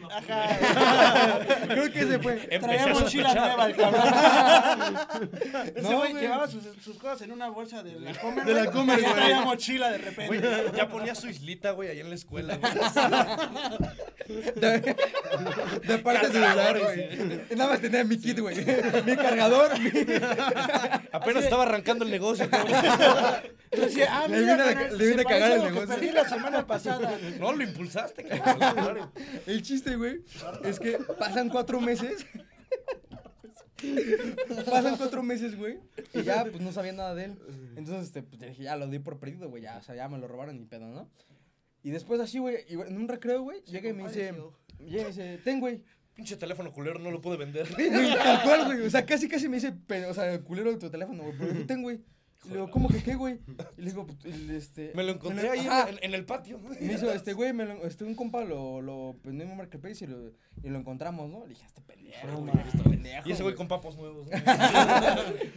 E: Ajá.
A: Creo que se fue.
B: Empecé
E: Traía
B: a
E: mochila
B: sospechar.
E: nueva, el cabrón. Ese
A: No,
E: güey
A: güey.
E: llevaba sus, sus cosas en una bolsa de la Comer.
C: De la
E: güey,
C: Comer,
E: y ya
C: güey.
E: Traía mochila de repente.
B: Güey, ya ponía su islita, güey, allá en la escuela, güey.
A: De, de parte del celular, güey. Nada más tenía mi kit, güey. Mi cargador, mi-
B: Apenas
E: Así
F: estaba arrancando el negocio, cabrón.
E: Yo decía, ah,
A: Le
E: mira,
A: vine a-
E: carnal,
A: le vine
E: se
A: a cagar el
E: parece a lo que
A: negocio.
E: perdí la semana pasada.
B: No, lo impulsaste, cabrón.
A: El chiste, güey, es que pasan cuatro meses. pasan cuatro meses, güey. Y ya, pues no sabía nada de él. Entonces, este, pues dije, ya lo di por perdido, güey. Ya, o sea, ya me lo robaron y pedo, ¿no? Y después así, güey, y en un recreo, güey, llega y me dice,
E: compadeció.
A: llega y dice, ten, güey.
B: Pinche teléfono culero, no lo pude vender.
A: Güey, tal cual, güey. O sea, casi, casi me dice, pe- o sea, culero de tu teléfono, güey. Pero ten, güey. Y Le digo, ¿cómo que qué, güey? Y le digo, pues, el, este...
B: Me lo encontré ahí
A: Ajá.
B: en, en el patio.
A: Y Me hizo, este güey, me lo- este, un compa lo, lo prendió en un marketplace y lo, y lo encontramos, ¿no? Le dije, este pendejo, güey, este pendejo.
B: Y ese güey con papos nuevos. ¿no?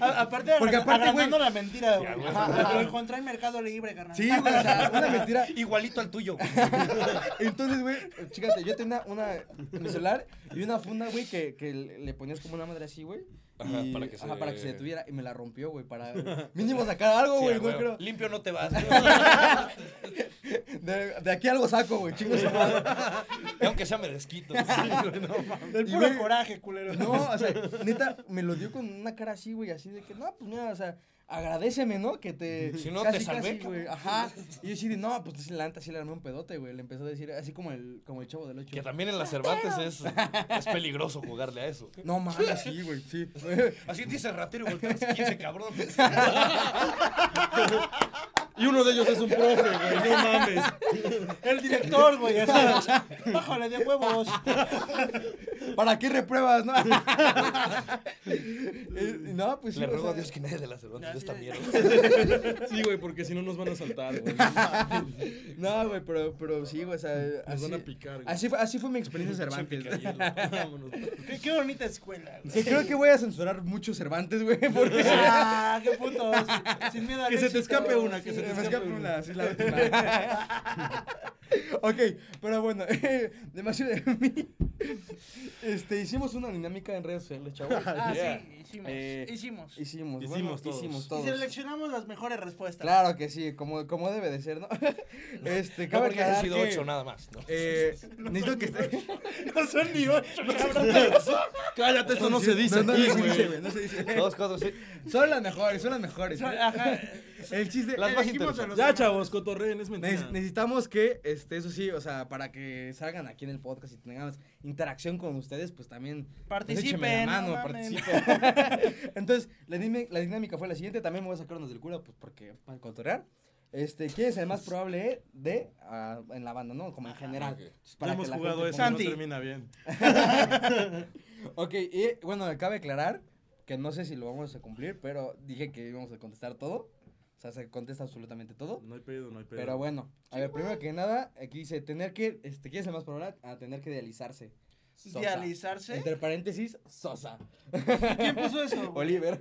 E: A- aparte, de
A: Porque
E: agra-
A: aparte, güey-
E: agrandando la mentira,
B: Ya,
E: güey.
B: güey.
E: Ajá, Lo encontré en Mercado Libre, carnal.
A: Sí, güey, o sea, una mentira.
B: Igualito al tuyo. güey.
A: Entonces, güey, chécate, yo tenía una, mi celular y una funda, güey, que, que le ponías como una madre así, güey.
B: Ajá,
A: y-
B: para que se-
A: ajá, para que se detuviera. Y me la rompió, güey, para mínimo sacar algo,
B: Sí,
A: güey,
B: a
A: no
B: huevo.
A: creo.
B: Limpio no te vas.
A: De, de aquí algo saco, güey, chingos.
B: Y Aunque sea me desquito.
E: El
A: Y,
E: puro
A: güey,
E: coraje, culero.
A: No, o sea, neta, me lo dio con una cara así, güey, así de que, no, pues mira, o sea, agradeceme, ¿no? Que te.
B: Si no, te salvé, cabrón.
A: güey. Ajá. Y yo sí de, no, pues la neta sí le armé un pedote, güey. Le empezó a decir, así como el, como el chavo del ocho.
B: Que también en las Cervantes es, es peligroso jugarle a eso.
A: No mames, sí, güey, sí.
B: Así dice ratero y volteas 15 cabrones.
C: Y uno de ellos es un profe, güey, no mames.
E: El director, güey. ya sabes. Bájale de huevos.
A: ¿Para qué repruebas, no? Eh, no, pues sí.
B: Le
A: o
B: ruego a
A: sea,
B: Dios que nadie de las Cervantes de esta mierda.
C: Sí, güey, porque si no nos van a saltar, güey.
A: No, güey, pero, pero sí, güey, o sea.
C: Nos
A: así,
C: van a picar, güey.
A: Así fue, así fue mi experiencia Cervantes. güey.
C: Vámonos.
E: Qué, qué bonita escuela, güey.
A: Que creo que voy a censurar mucho Cervantes, güey, porque.
E: Ah, qué puto. Sin miedo al
C: Que se te
E: éxito.
C: escape una, que
E: Sí,
C: se te
E: güey.
A: Se me escapa
C: escape una.
A: una, sí, la última. ok, pero bueno, demasiado de mí. Este, hicimos una dinámica en redes sociales, chavos.
E: Ah,
B: Yeah.
E: sí, hicimos.
A: Eh,
E: hicimos. Y
A: Hicimos,
C: Hicimos
A: bueno,
C: todos.
A: hicimos todos.
E: seleccionamos las mejores respuestas.
A: Claro que sí, como, como debe de ser, ¿no? Este,
B: No
A: cabe
B: porque hayan
A: aclarar
B: sido
A: que,
B: 8 nada más. ¿no?
A: eh, necesito que esté...
E: No son ni ocho, cabrón.
C: Cállate, esto no se dice
A: No, no,
C: aquí,
A: no se dice,
C: güey.
A: güey, no se dice.
B: Dos, cuatro, sí.
A: Son las mejores, son las mejores.
E: Son- Ajá.
A: El chiste...
B: Las más
E: Elegimos a
B: interesantes.
E: los
C: Ya,
E: demás.
C: chavos, cotorreen, es mentira.
A: Neces- necesitamos que, este, eso sí, o sea, para que salgan aquí en el podcast y tengamos interacción con ustedes, pues también pues,
E: Participen.
A: échenme la mano,
E: no mamen.
A: participen. Entonces, la, dime- la dinámica fue la siguiente, también me voy a sacarnos del culo, pues porque para cotorrear. Este, ¿quién es el
C: Pues
A: más probable de ah, en la banda, no? Como en general.
B: ok.
A: Entonces,
C: Ya
A: para
C: hemos
A: que la
C: jugado
A: gente
C: eso,
A: ponga-
C: no
E: Santi.
C: termina bien.
A: Ok, y bueno, cabe aclarar que no sé si lo vamos a cumplir, pero dije que íbamos a contestar todo. O sea, se contesta absolutamente todo.
C: No hay pedo, no hay pedo.
A: Pero bueno, a ver, primero que nada, aquí dice tener que, este, ¿quién es el más probable? A tener que idealizarse. Sosa.
E: Dializarse.
A: Entre paréntesis, Sosa.
E: ¿Quién puso eso? güey?
A: Oliver.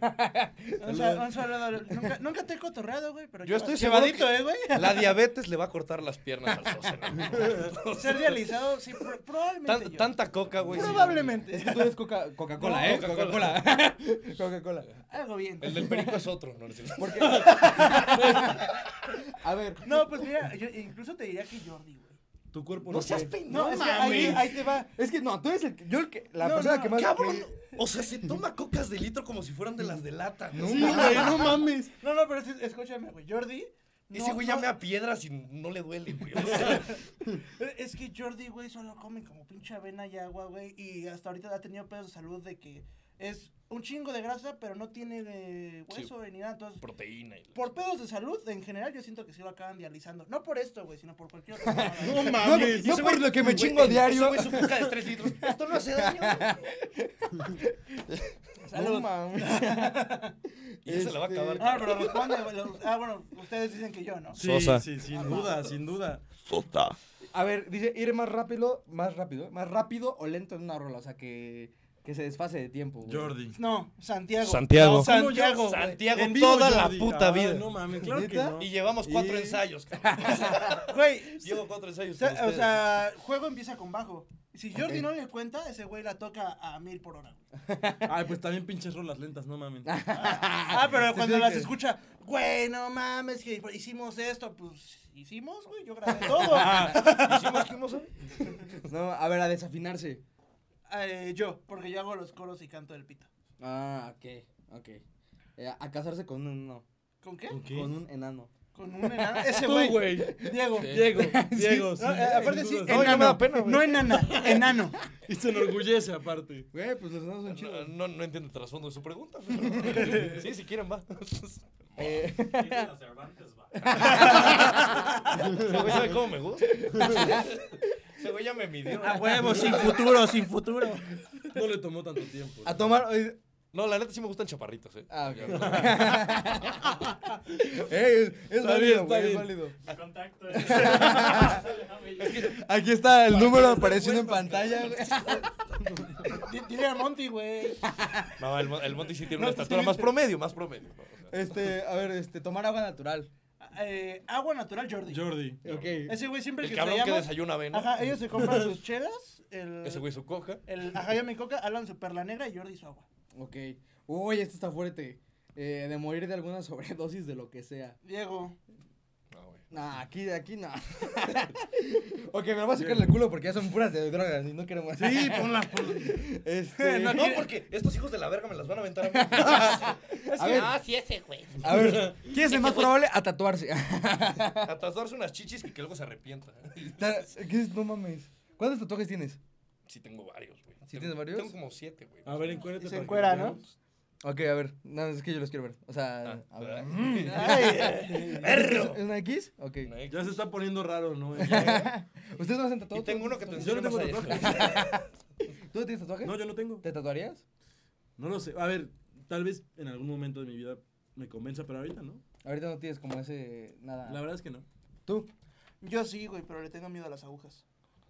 E: Un sal- un saludo. Nunca, nunca te he cotorreado, güey, pero
B: Yo estoy seguro
E: cebadito, ¿eh, güey?
B: La diabetes le va a cortar las piernas al socio.
E: ¿eh, Ser realizado, sí, pro- probablemente. yo.
B: tanta coca, güey. sí.
E: probablemente.
A: Tú eres Coca- Coca-Cola,
B: No,
A: ¿eh?
B: Coca-Cola.
A: Coca-Cola. Coca-Cola.
E: Algo bien.
B: El del perico es otro. No, no es cierto.
A: Porque... a ver,
E: No, pues mira, yo incluso te diría que Jordi, güey.
C: Tu cuerpo
B: No seas
C: puede.
E: No,
B: peinado.
E: es que ahí, ahí te va.
A: es que no, tú eres el, que- yo el que, la
E: No,
A: persona
E: no,
A: que más...
B: Cabrón.
A: que-
B: O sea, se toma cocas de litro como si fueran de las de lata.
A: No,
B: Sí,
A: mames.
B: güey, no mames.
E: No, no, pero es- escúchame, güey. Jordi.
B: Ese
E: no-
B: güey
E: no-
B: llame a piedras y no le duele, güey. O sea,
E: Es que Jordi, güey, solo come como pinche avena y agua, güey. Y hasta ahorita ha tenido pedos de salud de que es un chingo de grasa, pero no tiene eh,
B: Sí.
E: hueso güey, ni nada. Entonces,
B: proteína. Y la-
E: por pedos de salud, en general, yo siento que sí lo acaban dializando. No por esto, güey, sino por cualquier otra. mamada, güey.
C: No
A: No,
C: mames.
A: no por lo que me
B: Güey,
A: chingo a diario.
B: Ese güey su coca de 3 litros. Esto no hace daño.
A: No, mames.
B: Y ya se la va a
A: Este,
B: acabar.
E: Ah, pero responde, güey. los- Ah, bueno, ustedes dicen que yo, ¿no?
C: Sí,
B: Sosa.
C: sí, sin duda, sin duda.
A: A ver, dice ir más rápido, más rápido, ¿eh? más rápido o lento en una rola, o sea, que, que se desfase de tiempo. güey.
C: Jordi.
E: No, Santiago.
B: Santiago.
E: No, Santiago. güey.
B: Santiago
C: En vivo,
B: toda
C: Jordi.
B: la puta
C: Ah,
B: vida.
C: No mames, claro que
A: ¿Neta?
C: no.
B: Y llevamos cuatro
C: Y-
B: ensayos, cabrón.
E: Güey,
B: Llevo cuatro ensayos.
E: O sea,
B: con
E: o
B: ustedes.
E: sea, juego empieza con bajo. Si Jordi
A: Ok.
E: no le cuenta, ese güey la toca a mil por hora. güey.
C: Ay, pues también pinches rolas lentas, no mames.
E: Ah, pero cuando
A: tiene
E: las
A: que-
E: escucha, güey, no mames, que hicimos esto, pues hicimos, güey, yo grabé todo.
B: Hicimos que hemos-
A: No, a ver, a desafinarse.
E: Eh, yo, porque yo hago los coros y canto el pito.
A: Ah, ok, ok. eh, a casarse con un enano.
E: ¿Con qué?
C: ¿Con qué?
A: Con un enano.
E: Con un enano. Ese
C: Tú,
E: güey.
C: güey.
E: Diego.
B: Sí.
C: Diego, Diego.
E: No, eh, aparte sí,
C: sin duda.
E: enano.
B: No, ya me da pena, güey.
E: No enana, enano.
C: Y se enorgullece aparte.
A: Güey, pues los enanos son
B: No,
A: chidos.
B: no, no entiendo el trasfondo de su pregunta. pero- sí, si quieren, va.
A: Eh,
G: Dicen a Cervantes, va.
B: Ese güey sabe cómo me gusta. Ese güey ya me midió.
C: Ah,
E: A huevo, sin futuro, sin futuro.
C: No le tomó tanto tiempo.
A: a tomar. oye,
B: No, la neta sí me gustan chaparritos, eh.
A: Ah, ok. Ey, es, es
C: Está bien,
A: válido,
C: está
A: güey, es
C: bien.
A: válido.
G: Mi contacto. es
A: Aquí está el número apareciendo en pantalla, güey.
E: Dile a Monty, güey.
B: No, el, Mon- el Monty sí tiene una estatura más promedio, más promedio. ¿no? O sea,
A: Este, a ver, este, tomar agua natural.
E: Eh, agua natural, Jordi.
C: Jordi.
A: Ok.
E: Ese güey siempre
B: el
E: que
B: cabrón que
E: traíamos-
B: desayuna avena.
E: Ajá, ellos se compran sus chelas. El,
B: Ese güey su coca.
E: El, ajá, yo mi coca, Alan su perla negra y Jordi su agua.
A: Ok. Uy, esto está fuerte. Eh, de morir de alguna sobredosis de lo que sea.
E: Diego.
B: No, güey.
A: Nah, aquí, aquí no. ok, me lo voy a sacar el culo porque ya son puras de drogas y no queremos.
C: Sí, ponlas, ponlas.
A: Este,
B: No, porque estos hijos de la verga me las van a aventar a mí.
A: a ver,
I: No, sí, ese güey.
A: a ver, ¿quién es el más probable a tatuarse?
B: A tatuarse unas chichis y que luego se arrepienta.
A: Ta- ¿Qué es? No mames. ¿Cuántos tatuajes tienes?
B: Sí tengo varios, güey.
A: ¿Sí
B: Tengo-
A: tienes varios?
B: Tengo como siete, güey.
C: A ver, encuérdate.
E: Y se
C: para que
E: encuera,
C: veamos.
A: Ok, a ver. No, es que yo los quiero ver. O sea,
B: Ah,
A: a ver. Mm.
B: ¿verdad?
E: Ay,
B: ¡Perro!
A: ¿Es una X? Ok.
B: Una X.
C: Ya se está poniendo raro, ¿no?
A: ¿Ustedes no hacen tatuajes?
B: Y tengo uno que te
C: Yo no
B: enseño
C: tengo
B: más allá.
A: ¿Tú tienes tatuajes?
C: No, yo no tengo.
A: ¿Te tatuarías?
C: No lo sé. A ver, tal vez en algún momento de mi vida me convenza, pero ahorita no.
A: Ahorita no tienes como ese. Nada.
C: La verdad es que no.
A: ¿Tú?
E: Yo sí, güey, pero le tengo miedo a las agujas.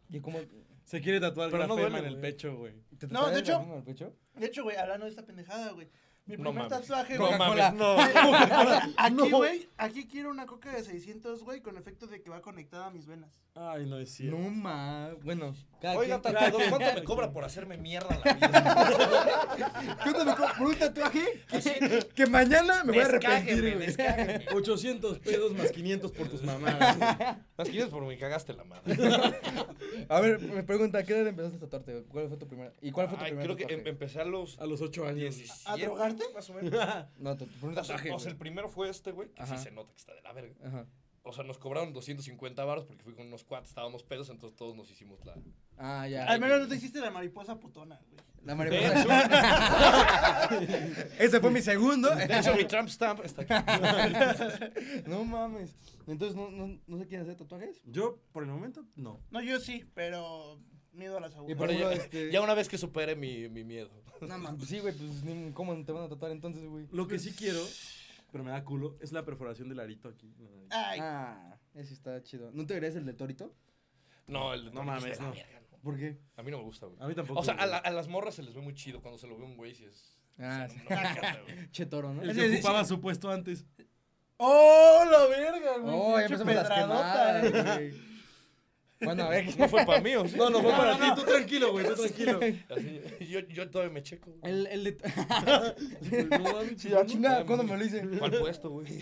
A: ¿Y cómo?
C: Se quiere tatuar
B: Pero no
C: grafema
B: duele,
C: en el
B: güey.
C: pecho, güey.
A: ¿Te
E: No,
A: tatuarías
E: de
A: la
E: hecho-
A: mano al pecho?
E: De hecho, güey, Alan no está pendejada, güey. Mi
B: No
E: primer
B: mames.
E: tatuaje,
B: No
E: güey.
A: Coca-Cola.
B: mames, no.
E: Aquí, güey, aquí quiero una coca de 600, güey, con efecto de que va conectada a mis venas.
C: Ay, no es cierto.
A: No ma. Bueno, cada
B: Oiga,
A: quien-
B: tatuador, ¿cuánto me cobra por hacerme mierda la vida?
A: ¿Cuánto me co- por un tatuaje? Que, que mañana me voy a arrepentir,
B: Descáguenme,
A: güey.
B: descáguenme.
C: 800 pesos más 500 por tus mamadas.
B: Más que yo es por me cagaste la madre.
A: A ver, me pregunta, ¿qué edad empezaste a tatuarte? ¿Cuál fue tu primera? ¿Y cuál fue tu
B: Ay,
A: primer
B: creo que
A: tatuaje?
B: em- empecé a los
C: A los 8 años.
B: 17.
E: ¿A drogarte?
B: Más o menos.
A: No, tu tu primer
B: O sea,
A: tatuaje.
B: o sea, el
A: güey.
B: primero fue este, güey, que
A: Ajá.
B: sí se nota que está de la verga.
A: Ajá.
B: O sea, nos cobraron 250 baros porque fui con unos cuates, estábamos pedos, entonces todos nos hicimos la...
A: Ah, ya.
E: Al menos no te hiciste la mariposa putona, güey.
A: La
B: De
A: mariposa.
B: hecho,
A: Ese fue mi segundo.
B: de hecho, mi Trump Stamp está aquí.
A: no mames. Entonces, ¿no, no, no se quieren hacer tatuajes?
C: Yo, por el momento, no.
E: No, yo sí, pero miedo a las agujas.
A: Y por
B: Pero
A: ejemplo,
B: ya,
A: este...
B: ya una vez que supere mi, mi miedo.
A: No mames, pues sí, güey, pues ni- ¿cómo te van a tatuar entonces, güey? Pues,
C: Lo que sí quiero, pero me da culo, es la perforación del arito aquí. en la nariz.
E: Ay,
A: Ah, ese está chido. ¿No te verías el de Torito?
B: No, el
C: No mames, no.
A: ¿Por qué?
B: A mí no me gusta, güey.
C: A mí tampoco.
B: O sea, a,
C: güey.
B: la- a las morras se les ve muy chido cuando se lo ve un güey si es...
A: Ah,
B: o sea, no, no me encanta, güey.
A: Che Toro, ¿no?
C: El que ocupaba su puesto antes.
E: ¡Oh, la verga, güey!
A: Oh, ya
E: Pinche
A: empezamos las
E: pedradota, güey.
A: quemadas, güey. Bueno, a ver.
B: No fue para mí, ¿o sí?
C: No, no fue para ti, tú tranquilo, güey, tú tranquilo.
B: Así, yo, yo todavía me checo. güey.
A: El, el de...
C: No mames,
A: Sí, ah, chinga, ¿cuándo me lo hice?
B: ¿Cuál puesto, güey?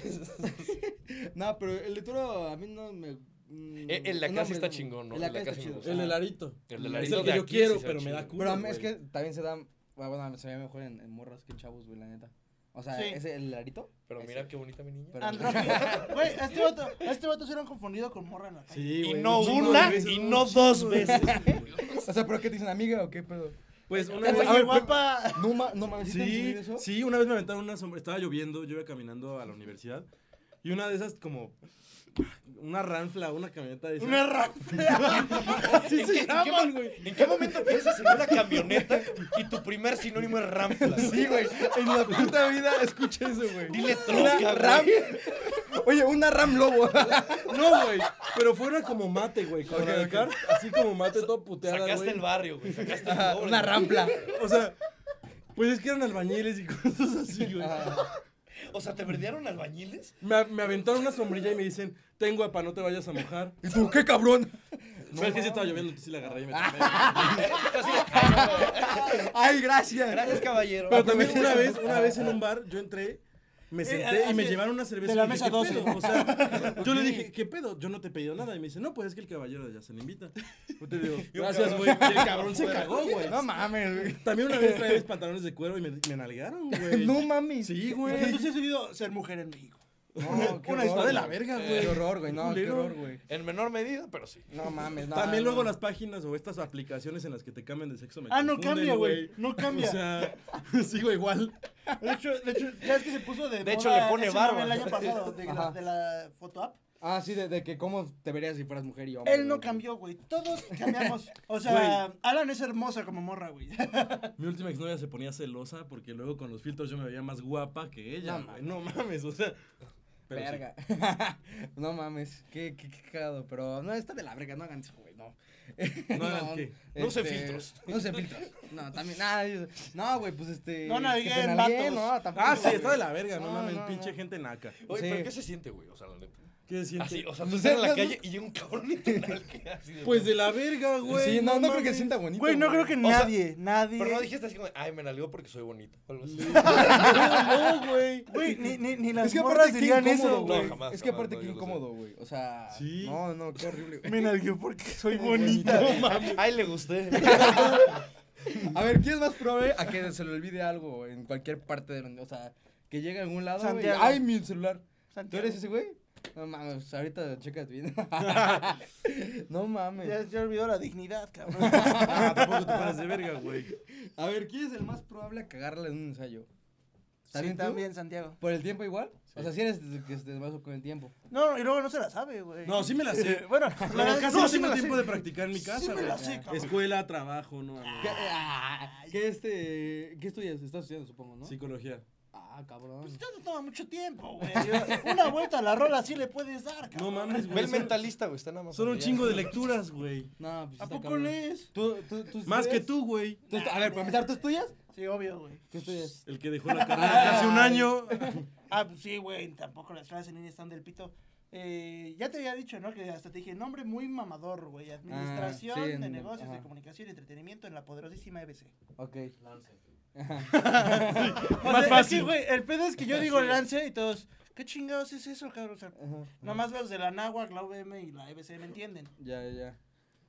A: No, pero el de Toro a mí no me... mm,
B: Eh, El- el de
A: no
B: acá sí
A: me-
B: está chingón, ¿no?
A: El de
B: El de
A: acá
B: acá
A: está
B: sí me
A: chido.
B: gusta.
C: El del arito.
B: El del
C: Es
B: arito
C: el
B: de
C: que yo
B: aquí sí
C: quiero,
B: se ve
C: pero me
B: chido.
C: da culo.
A: Pero a mí es que
C: güey.
A: también se da... Bueno, bueno, se ve mejor en, en morras que en chavos, güey, la neta. O sea,
E: Sí.
A: ese, el larito.
B: Pero mira qué bonita mi niña.
A: Pero-
E: Andrógino. Güey, a este vato, a este vato se lo han confundido con morra en la calle.
C: Sí,
B: Y
C: güey,
B: no
C: un chingo de
B: una,
C: veces,
B: y
C: un
B: no
C: chingo
B: dos
C: de
B: veces.
C: güey.
A: O sea, ¿pero qué te dicen, amiga o qué pedo?
C: Pues una
E: Oye,
C: vez.
A: a ver,
E: guapa.
A: No, ma no mames, ¿sí, te han
C: Sí,
A: subido eso?
C: sí, una vez me aventaron una sombra. Estaba lloviendo, yo iba caminando a la universidad. Y una de esas, como. Una ranfla, una camioneta de esas.
E: Una rafla.
C: Sí, sí, llaman, güey.
B: ¿En qué momento piensas en una camioneta y tu primer sinónimo es rampla?
A: Sí, güey. En la puta vida escuché eso, güey.
B: Dile
A: Una
B: troca,
A: Ram.
B: güey.
A: Oye, una Ram Lobo.
C: No, güey. Pero fue una como mate, güey. Como la de Cars, así como mate, todo puteada,
B: Sacaste
C: güey.
B: el barrio, güey. Sacaste el
A: Ajá,
B: pobre.
A: una Rampla.
C: O sea, pues es que eran albañiles y cosas así, güey.
A: Ajá.
B: O sea, ¿te verdearon albañiles?
C: Me, me aventaron una sombrilla y me dicen, ten guapa, no te vayas a mojar.
A: ¿Y tú qué cabrón?
C: No, es que sí estaba lloviendo, entonces sí la agarré y me tapé.
A: Ay, gracias.
B: Gracias, caballero.
C: Pero también una vez, una vez en un bar, yo entré Me
E: Eh,
C: senté y
E: así
C: me
E: de-
C: llevaron una cerveza.
E: de la
C: y
E: mesa
C: dije, "¿Qué
E: 12".
C: pedo?". O sea, yo le dije, ¿qué pedo? Yo no te he pedido nada. Y me dice, no, pues es que el caballero ya se le invita. Yo te digo,
B: Y un
C: gracias,
B: cabrón
C: güey. Y el
B: fuera.
C: cabrón se cagó, güey.
A: No mames, güey.
C: También una vez traía mis pantalones de cuero y me, me nalgaron, güey.
A: No mames.
C: Sí,
E: Güey,
C: güey.
E: ¿Tú sí has vivido ser mujer en México?
A: No, qué
C: Una
A: horror,
C: historia de la
A: güey.
C: verga,
A: Qué
C: güey.
A: horror, güey. No, qué
C: Culero.
A: horror, güey.
B: En menor medida, pero sí.
A: No mames, no.
C: También luego
A: no.
C: las páginas o estas aplicaciones en las que te cambian de sexo me
E: Ah, no
C: confunden,
E: cambia, güey. No cambia.
C: O sea, sigo igual.
E: De hecho, de hecho, ya es que se puso de.
B: De hecho,
E: moda
B: le pone
E: ese
B: barba.
E: mame El año pasado, de
A: Ajá.
E: la, de la foto app.
A: Ah, sí, de, de que cómo te verías si fueras mujer y hombre.
E: Él no
A: güey.
E: cambió, güey. Todos cambiamos. O sea, Alan es hermosa como morra, güey.
C: Mi última exnovia se ponía celosa porque luego con los filtros yo me veía más guapa que ella.
A: No
C: güey. No, mames, o sea. pero sí.
A: Verga. no mames, qué, qué, qué cagado. Pero no, está de la verga, no hagan eso, güey, no. Este,
C: No hagan qué.
B: No usen filtros.
A: No se filtros. No, también, nada. yo- No, güey, pues este.
E: No
A: que te
E: naveguen,
A: nalguen,
E: vatos.
A: No, tampoco.
C: Ah, sí,
A: güey.
C: está de la verga, no,
A: No,
C: mames,
A: no,
C: pinche
A: no.
C: gente naca.
B: Oye,
A: Sí.
B: ¿pero qué se siente, güey? O sea, la neta.
C: ¿Qué siente?
B: Así, o sea, tú
A: Pues
B: estás en la
A: vergas,
B: calle y llega un cabrón y te nalguea, así de-
C: Pues de la verga, güey.
A: Sí, no, no, creo que se
C: mames.
A: sienta bonito.
E: Güey, no creo que
B: O sea,
E: nadie, nadie.
B: Pero no dijiste así como, ay, me nalgueo porque soy bonito. o algo así.
C: No, güey.
E: Güey, ni, ni, ni las
A: Es que
E: morras
A: aparte qué
E: dirían
A: incómodo,
E: eso,
A: güey.
E: güey.
B: No, jamás,
A: es que aparte qué
B: jamás, no, yo lo sé.
A: incómodo, güey. O sea,
C: Sí.
A: no, no, qué horrible. güey.
E: Me nalgueó porque soy bonita.
B: Ay, le gusté.
A: A ver, ¿quién es más probable a que se le olvide algo en cualquier parte del mundo? O sea, que llegue a algún lado, güey. y,
E: Santiago.
A: Ay, mi celular. ¿Tú
E: Santiago.
A: eres ese güey? No mames, ahorita checas bien. no
E: Ya,
A: mames.
E: ya olvidó la dignidad, cabrón.
C: Ah, tampoco te paras de verga, güey.
A: A ver, ¿quién es el más probable a cagarla en un ensayo?
E: sí,
A: ¿También tú?
E: también, Santiago.
A: ¿Por el tiempo igual? O sea, si eres de- que te vas con el tiempo.
E: No, y luego no se la sabe, güey.
C: No, sí me la sé.
E: bueno,
C: Pero
E: la verdad-
C: casi
E: no,
C: no
E: sí me
C: tengo
E: la
C: tiempo
E: sé.
C: de practicar en mi casa,
E: Sí me
C: güey.
E: la sé, cabrón.
C: Escuela, trabajo, no, mames.
A: ¿Qué, ah, ¿qué, este, ¿Qué estudias? Estás estudiando, supongo, ¿no?
C: Psicología.
A: Ah, cabrón.
E: Pues esto no toma mucho tiempo, güey. Una vuelta a la rola sí le puedes dar,
C: No
E: cabrón.
C: mames,
B: Ve
C: güey.
B: el
C: son-
B: mentalista, güey. Está nada más.
C: Son un chingo de lecturas, güey.
A: No, pues
E: ¿A
A: está
E: poco
A: cabrón.
E: lees?
A: ¿Tú, tú, tú
C: Más que
A: estudias?
C: tú, güey.
A: ¿Tú estu- a ver, para empezar, ¿tú estudias?
E: Sí, obvio, güey.
A: ¿Qué estudias?
C: El que dejó la carrera hace un año.
E: Ah, pues sí, güey. Tampoco las clases en línea están del pito. Eh, ya te había dicho, ¿no? Que hasta te dije, nombre muy mamador, güey. Administración
A: sí,
E: de
A: en-
E: negocios, de
A: ajá.
E: comunicación y entretenimiento en la poderosísima E EBC.
A: Ok.
E: Más
C: fácil.
E: güey, el pedo es que yo digo lance y todos, ¿qué chingados es eso, cabrón? O sea,
A: Ajá.
E: nomás los de la NAWAC, la UVM y la EBC me entienden.
A: Ya, ya, ya.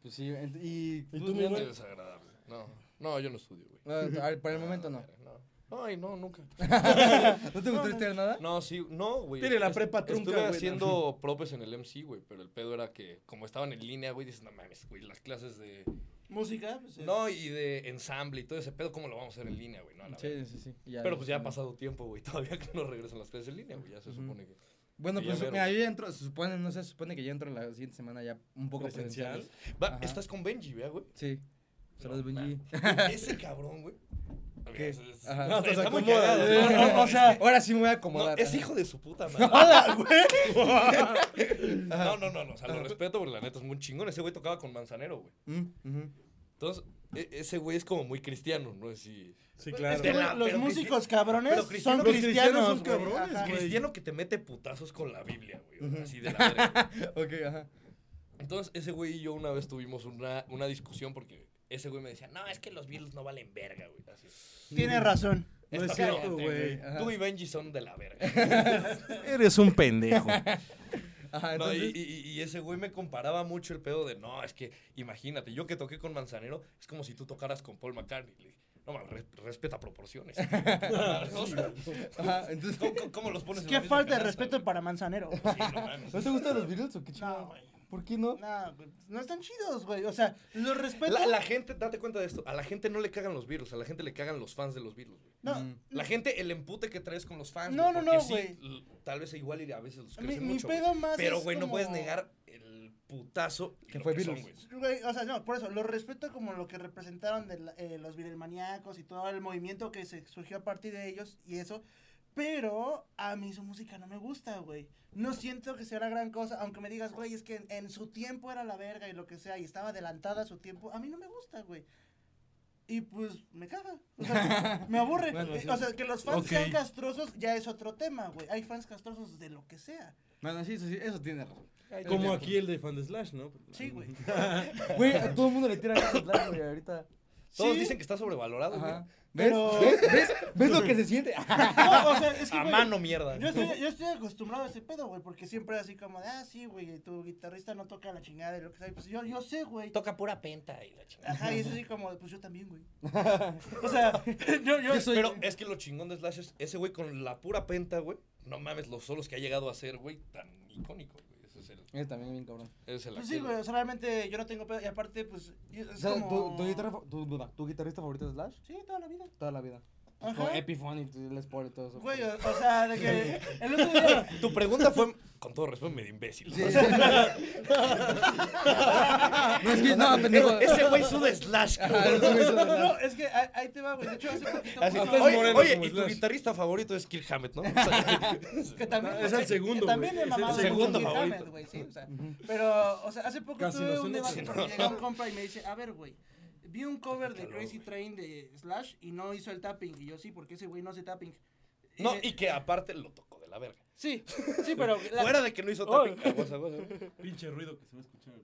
A: Pues sí, ent- y...
C: tú, mi
A: Leandro?
C: güey?
B: desagradable. No, no, yo no estudio, güey.
A: No, Ah, a ver, por el momento no.
B: No. Ay, no, nunca.
A: ¿No te gustó estudiar nada?
B: No, sí, no, güey.
C: Tiene la
B: Est-
C: prepa trunca,
B: Estuve
C: güey.
B: haciendo propios en el MC, güey, pero el pedo era que, como estaban en línea, güey, dices, no mames, güey, las clases de...
E: Música, pues, eh,
B: No, y de ensamble y todo ese pedo, ¿cómo lo vamos a hacer en línea, güey? No, a la verga.
A: Sí, sí, sí. ya,
B: Pero pues ya ha
A: sí.
B: pasado tiempo, güey, todavía que no regresan las clases en línea, güey, ya se
A: Ujú.
B: supone que...
A: Bueno,
B: Y ya
A: pues
B: mero.
A: mira, yo ya entro, se supone, no sé, se supone que yo entro la siguiente semana ya un poco
C: ¿Presencial?
A: presencial.
B: Va,
A: Ajá.
B: estás con Benji, ¿verdad, güey?
A: Sí. Saludos,
B: No,
A: Benji.
B: va. Ese cabrón, güey.
A: ¿Qué?
B: Es- es-
A: Ajá.
B: está-
C: Hasta se
B: está muy
C: acomoda,
B: cagado,
C: güey.
B: ¿no? No, no,
A: o sea, ahora sí me voy a
B: No,
A: acomodar.
B: es
A: Ajá.
B: hijo de su puta madre. No, no, no, no. O sea, lo respeto porque la neta es muy chingón. Ese güey tocaba con Manzanero, güey.
A: Mm, ujú.
B: Entonces, e- ese güey es como muy cristiano, ¿no? Si...
C: Sí,
E: es
C: claro.
E: que,
B: De la-
E: güey, los
B: pero
E: músicos cabrones
B: pero cristiano-
E: son
C: los
E: cristianos,
C: cristianos son
E: güey.
C: cabrones,
E: Ajá.
C: güey.
B: Cristiano que te mete putazos con la Biblia, güey. o sea, Así de la verga. güey.
A: Ok, ajá.
B: Entonces, ese güey y yo una vez tuvimos una, una discusión porque ese güey me decía, no, es que los Beatles no valen verga, güey. Así.
E: Tiene razón.
C: No es
B: Está
C: cierto,
B: cállate,
C: güey.
A: Ajá.
B: Tú y Benji son de la verga.
C: Eres un pendejo.
A: Ajá,
B: No, y,
A: entonces.
B: y- y ese güey me comparaba mucho el pedo de, no, es que imagínate, yo que toqué con Manzanero, es como si tú tocaras con Paul McCartney. Le dije, no, mames, res- respeta proporciones. O sea,
A: Ajá, entonces.
B: ¿cómo, cómo- cómo los pones
E: Es
B: en
E: que
B: la misma
E: falta de
B: canasta,
E: respeto
B: güey?
E: para Manzanero.
B: Sí, no mames.
A: ¿No te gustan los Beatles o qué
E: No,
A: chingado?
E: güey.
A: ¿Por qué no?
E: No, güey, no están chidos, güey. O sea, los respeto.
B: La, la gente, date cuenta de esto, a la gente no le cagan los virus, a la gente le cagan los fans de los virus, güey.
E: No,
A: Mm.
B: La gente, el empute que traes con los fans.
E: No, no,
B: porque
E: no,
B: sí,
E: güey.
B: l- tal vez igual y a veces los
E: mi,
B: crecen
E: mi
B: mucho,
E: pedo
B: güey.
E: más
B: Pero,
E: es
B: güey, no puedes
E: como-
B: negar el putazo
A: Que
B: lo
A: fue
B: son,
A: virus.
B: güey.
E: Güey, o sea, no, por eso, los respeto como lo que representaron de la- eh, los virelmaníacos y todo el movimiento que se surgió a partir de ellos y eso. Pero a mí su música no me gusta, güey. No siento que sea la gran cosa, aunque me digas, güey, es que en, en su tiempo era la verga y lo que sea, y estaba adelantada a su tiempo. A mí no me gusta, güey. Y pues me caga. O sea, me aburre.
A: Bueno,
E: Eh,
A: sí.
E: O sea, que los fans
C: Ok.
E: sean castrosos ya es otro tema, güey. Hay fans castrosos de lo que sea.
A: Bueno, sí, eso sí, eso tiene razón.
C: Como aquí el de Fan de Slash, ¿no?
E: Sí, güey.
A: Güey, a todo el mundo le tira a Slash, güey, ahorita.
B: Todos
E: Sí.
B: dicen que está sobrevalorado, güey.
A: Ajá. ¿Ves?
E: Pero-
A: ¿Ves? ¿Ves? ¿Ves lo que se siente?
E: No, o sea, es que,
B: A
E: güey,
B: mano, mierda.
E: Yo estoy, yo estoy acostumbrado a ese pedo, güey, porque siempre así como de, ah, sí, güey, tu guitarrista no toca la chingada y lo que sea. Y Pues yo, yo sé, güey.
I: Toca pura penta y la chingada.
E: Ajá, y es así como, de, pues yo también, güey. O sea, yo, yo eh, soy.
B: Pero es que lo chingón de Slash es ese güey con la pura penta, güey. No mames los solos que ha llegado a ser, güey, tan icónico, güey. Ese es el,
A: Es también bien cabrón.
B: ese es el
E: Pues sí,
B: aquel,
E: güey, o sea, realmente yo no tengo pedo. Y aparte, pues. yo-
A: O
E: Es
A: sea,
E: como...
A: ¿tu, tu guitarra fa- tu- tu- tu guitarrista favorito es Slash?
E: Sí, toda la vida.
A: Toda la vida.
E: Ajá.
A: Con Epiphone y Les Paul y todo eso.
E: Güey, ah, o, o sea, de que. El otro día.
B: Tu pregunta fue, con todo respeto, medio imbécil.
A: Sí, sí, sí. no, es que, no, pendejo.
B: Ese güey sube Slash,
A: Ah,
B: cabrón.
A: es que eso es
E: No,
A: Slash.
E: es que ahí, ahí te va, güey. De hecho, hace poquito.
B: Así,
E: justo-
C: estás
B: oye,
C: moreno
B: oye,
C: como
B: y tu
C: Slash.
B: guitarrista favorito es Kirk Hammett, ¿no? O sea,
E: que también,
C: Es el segundo,
E: que También
C: güey.
E: le mamaba
B: Es el segundo
E: mucho Kirk
B: favorito.
E: Hammett, güey, sí, o sea, Pero, o sea, hace poco
C: Casi
E: tuve
C: nos
E: un
C: une,
E: debate
B: sí,
E: porque
B: ¿no?
E: llegó un compa y me dice, a ver, güey, vi un cover de Crazy Train de Slash y no hizo el tapping. Y yo, sí, porque ese güey no hace tapping. Y
B: no,
E: me-
B: y que aparte lo tocó de la verga.
E: Sí, sí, pero... la-
B: Fuera de que no hizo
E: Oh.
B: tapping. Ah, guasa, guasa.
C: Pinche ruido que se va a escuchar.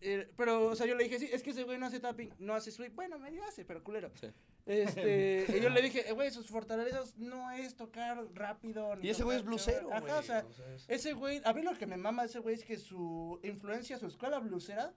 E: eh, pero, o sea, yo le dije, sí, es que ese güey no hace tapping, no hace sweep. Bueno, medio hace, pero culero. Este, y yo le dije, eh, güey, sus fortalezas no es tocar rápido. ni
B: Y ese güey es
E: tocar-
B: blusero, güey.
E: Ajá, o sea,
B: o sea, es-
E: Ese güey, a mí lo que me mama de ese güey es que su influencia, su escuela blusera,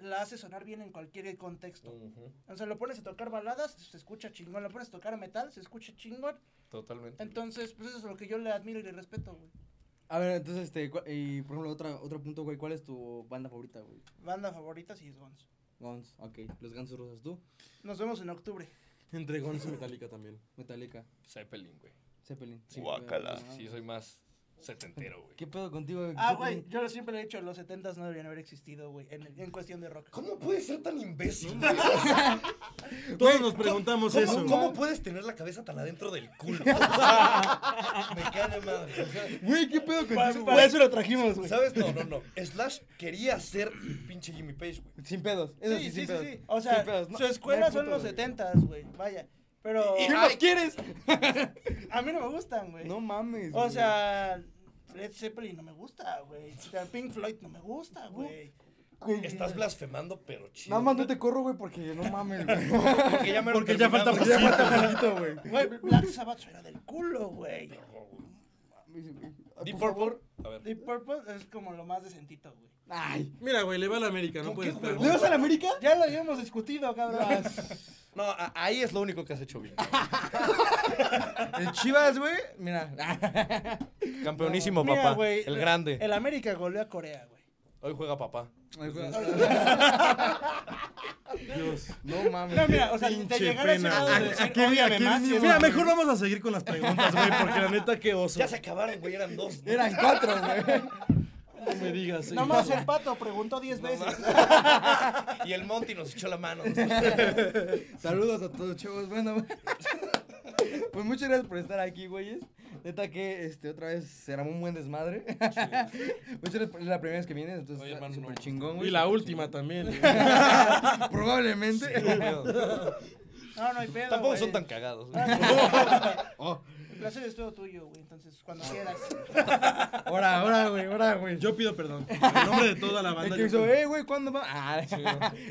E: la hace sonar bien en cualquier contexto.
B: Ujú,
E: O sea, lo pones a tocar baladas, se escucha chingón. Lo pones a tocar metal, se escucha chingón.
B: Totalmente.
E: Entonces, pues eso es lo que yo le admiro y le respeto, güey.
A: A ver, entonces, este, cu- y por ejemplo, otra, otro punto, güey, ¿cuál es tu banda favorita, güey?
E: Banda favorita, sí, es Guns.
A: Guns, ok. Los Guns Rosas, ¿tú?
E: Nos vemos en octubre.
C: Entre Guns y Metallica también.
A: Metallica,
B: Zeppelin, güey.
A: Zeppelin. Sí,
B: Guácala.
A: güey, ajá.
B: Sí, soy más setentero, güey.
A: ¿Qué pedo contigo?
E: Ah,
A: Zeppelin?
E: güey, yo lo siempre le he dicho, los 70s no debían haber existido, güey, en, en cuestión de rock.
B: ¿Cómo puedes ser tan imbécil?
C: Todos nos preguntamos
B: ¿Cómo,
C: eso.
B: cómo puedes tener la cabeza tan adentro del culo? O sea, me cae de madre. o sea,
A: Güey, ¿qué pedo contigo?
E: Por
A: güey?
E: eso lo trajimos, güey.
B: ¿Sabes? No, no, no. Slash quería ser pinche Jimmy Page, güey.
A: Sin pedos, eso sí,
E: Sí,
A: sin
E: sí, sí,
A: pedos.
E: sí. O
A: Sin
E: sea,
A: pedos, no-
E: su escuela
A: no hay
E: son
A: punto,
E: los
A: güey.
E: 70s, güey. Vaya. Pero
B: Y-
A: ¿Qué
B: y-
A: más
B: Ay.
A: quieres?
E: a mí no me gustan, güey.
A: No mames.
E: O
A: güey.
E: sea, Led Zeppelin no me gusta, güey. O sea, Pink Floyd no me gusta, güey.
A: Güey,
B: Estás blasfemando, pero chido.
A: Nada más no te corro, güey, porque no mames, güey.
B: Porque ya, me
C: Porque ya falta
A: Porque ya falta poquito, güey.
E: Güey, Black Sabbath suena del culo, güey.
B: Deep
A: Por favor.
B: Purple. A ver.
E: Deep Purple es como lo más decentito, güey.
A: Ay.
C: Mira, güey, le va a la América, no
B: ¿Con
C: puedes
B: qué
C: estar.
A: ¿Le vas a la América?
E: Ya lo habíamos discutido, cabrón.
B: No, a- ahí es lo único que has hecho bien.
A: El Chivas, güey. Mira.
B: Campeonísimo,
E: Mira,
B: papá.
E: güey,
B: el grande.
E: El América goleó a Corea, güey.
B: Hoy juega papá.
C: Dios.
A: No mames.
E: No, mira, o sea, de
C: Pinche
E: llegar a ese
C: pena,
E: grado
C: güey.
B: Ah,
E: de decir,
C: ¿A qué- a
E: "Ódiame
C: qué
E: más",
C: nivel?
E: es
C: Mira,
E: como-
C: mejor vamos a seguir con las preguntas, güey, porque la neta, qué oso.
B: Ya se acabaron, güey. Eran dos. ¿no?
A: Eran cuatro, güey.
C: No me digas. sí.
E: No más el pato preguntó 10 veces.
B: Y el Monty nos echó la mano.
A: Saludos a todos, chavos. Bueno, güey. Pues muchas gracias por estar aquí, güeyes. Neta que este, otra vez se armó un buen desmadre. Muchas gracias por es la primera vez que vienes, entonces
B: Oye,
A: está
B: hermano,
A: súper
B: no.
A: chingón, güey.
C: Y la
A: súper
C: última también.
A: chingón. Probablemente.
E: No, no hay pedo.
B: Tampoco
E: güey. Ah,
B: son tan Oh. cagados.
A: Ah,
E: El placer es todo tuyo, güey. Entonces, cuando quieras.
A: Ahora, ahora, güey, ahora, güey.
C: Yo pido perdón. En nombre de toda la
A: El
C: banda.
A: que
C: yo
A: hizo,
C: pido-
A: eh, güey, ¿cuándo va? Ah,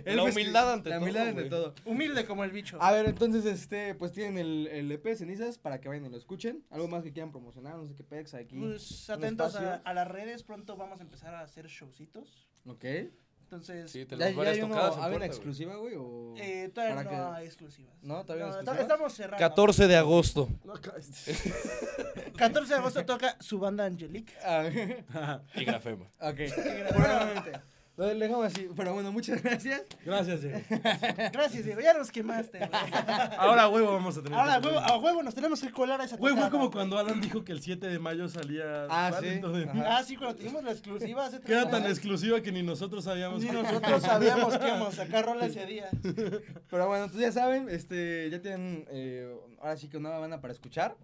A: él
B: La
A: fue-
B: humildad ante
A: La
B: todo,
A: humildad ante
B: güey.
A: todo.
E: Humilde como el bicho.
A: A ver, entonces, este, pues tienen el, el EP Cenizas para que vayan y lo escuchen. Algo más que quieran promocionar, no sé qué pex aquí.
E: Pues
A: un
E: atentos a,
A: espacio.
E: a las redes, pronto vamos a empezar a hacer showcitos.
A: Ok.
E: Entonces,
B: Sí, te
A: ¿Ya,
B: los
A: ya
B: varias
A: hay uno,
B: tocadas.
A: ¿Hay
B: en
A: una
B: puerta, güey.
A: exclusiva, güey? O...
E: eh, todavía
A: para
E: no
A: que-
E: hay exclusivas.
A: ¿No? ¿Todavía no hay
E: esta-
A: exclusivas?
E: Estamos cerrando.
B: 14 de agosto.
E: 14 de agosto toca su banda Angelique.
A: Ah,
B: Y grafema.
A: ok.
E: Bueno,
A: Lo dejamos así. Pero bueno, muchas gracias.
C: Gracias, Diego.
E: gracias, Diego. Ya nos quemaste, güey.
C: Ahora, huevo, vamos a tener.
E: Ahora, a
C: que-
E: huevo, a huevo, nos tenemos que colar a esa
C: Güey, fue
E: tocada,
C: como
E: güey.
C: cuando Alan dijo que el 7 de mayo salía.
A: Ah,
C: Vale,
A: sí,
C: entonces-
A: ajá.
E: Ah, sí, cuando tuvimos la exclusiva hace
C: Que era
E: tres
C: tan
E: años.
C: exclusiva que ni nosotros sabíamos.
E: Ni
C: que-
E: nosotros sabíamos que íbamos a sacar rola ese día.
A: Pero bueno, entonces ya saben, este, ya tienen, eh, ahora sí que una banda para escuchar.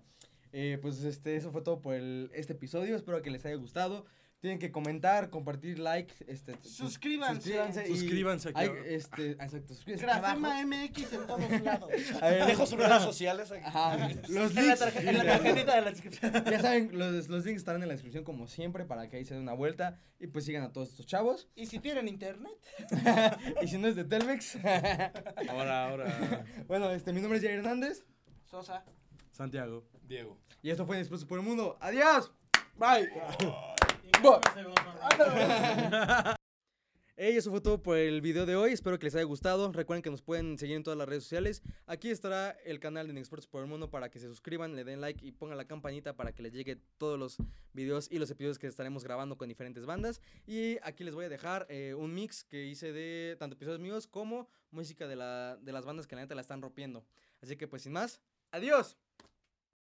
A: Eh, pues este, eso fue todo por el- este episodio. Espero que les haya gustado.
J: Tienen que comentar, compartir, like, este. sus-
E: Suscríbanse.
J: Suscríbanse. y
C: Suscríbanse aquí
J: hay,
C: abajo.
J: este, exacto, suscríbanse aquí abajo.
E: Grafema MX en todos lados.
J: A ver,
B: Dejo sus redes sociales aquí.
J: Ajá. Los
E: en, la
J: links.
E: tarje- en la tarjetita de la descripción.
J: Ya saben, los, los links estarán en la descripción como siempre para que ahí se den una vuelta y pues sigan a todos estos chavos.
E: Y si tienen internet,
J: y si no es de Telmex.
C: Ahora, ahora.
J: bueno, este, mi nombre es Jair Hernández
E: Sosa.
C: Santiago.
K: Diego.
J: y esto fue Expreso por el Mundo. ¡Adiós! ¡Bye!
A: Ey, eso fue todo por el video de hoy. Espero que les haya gustado. Recuerden que nos pueden seguir en todas las redes sociales. Aquí estará el canal de Inexpertos por el Mundo para que se suscriban, le den like y pongan la campanita para que les llegue todos los videos y los episodios que estaremos grabando con diferentes bandas. Y aquí les voy a dejar eh, un mix que hice de tanto episodios míos como música de, la, de las bandas que la neta la están rompiendo. Así que pues sin más, ¡adiós!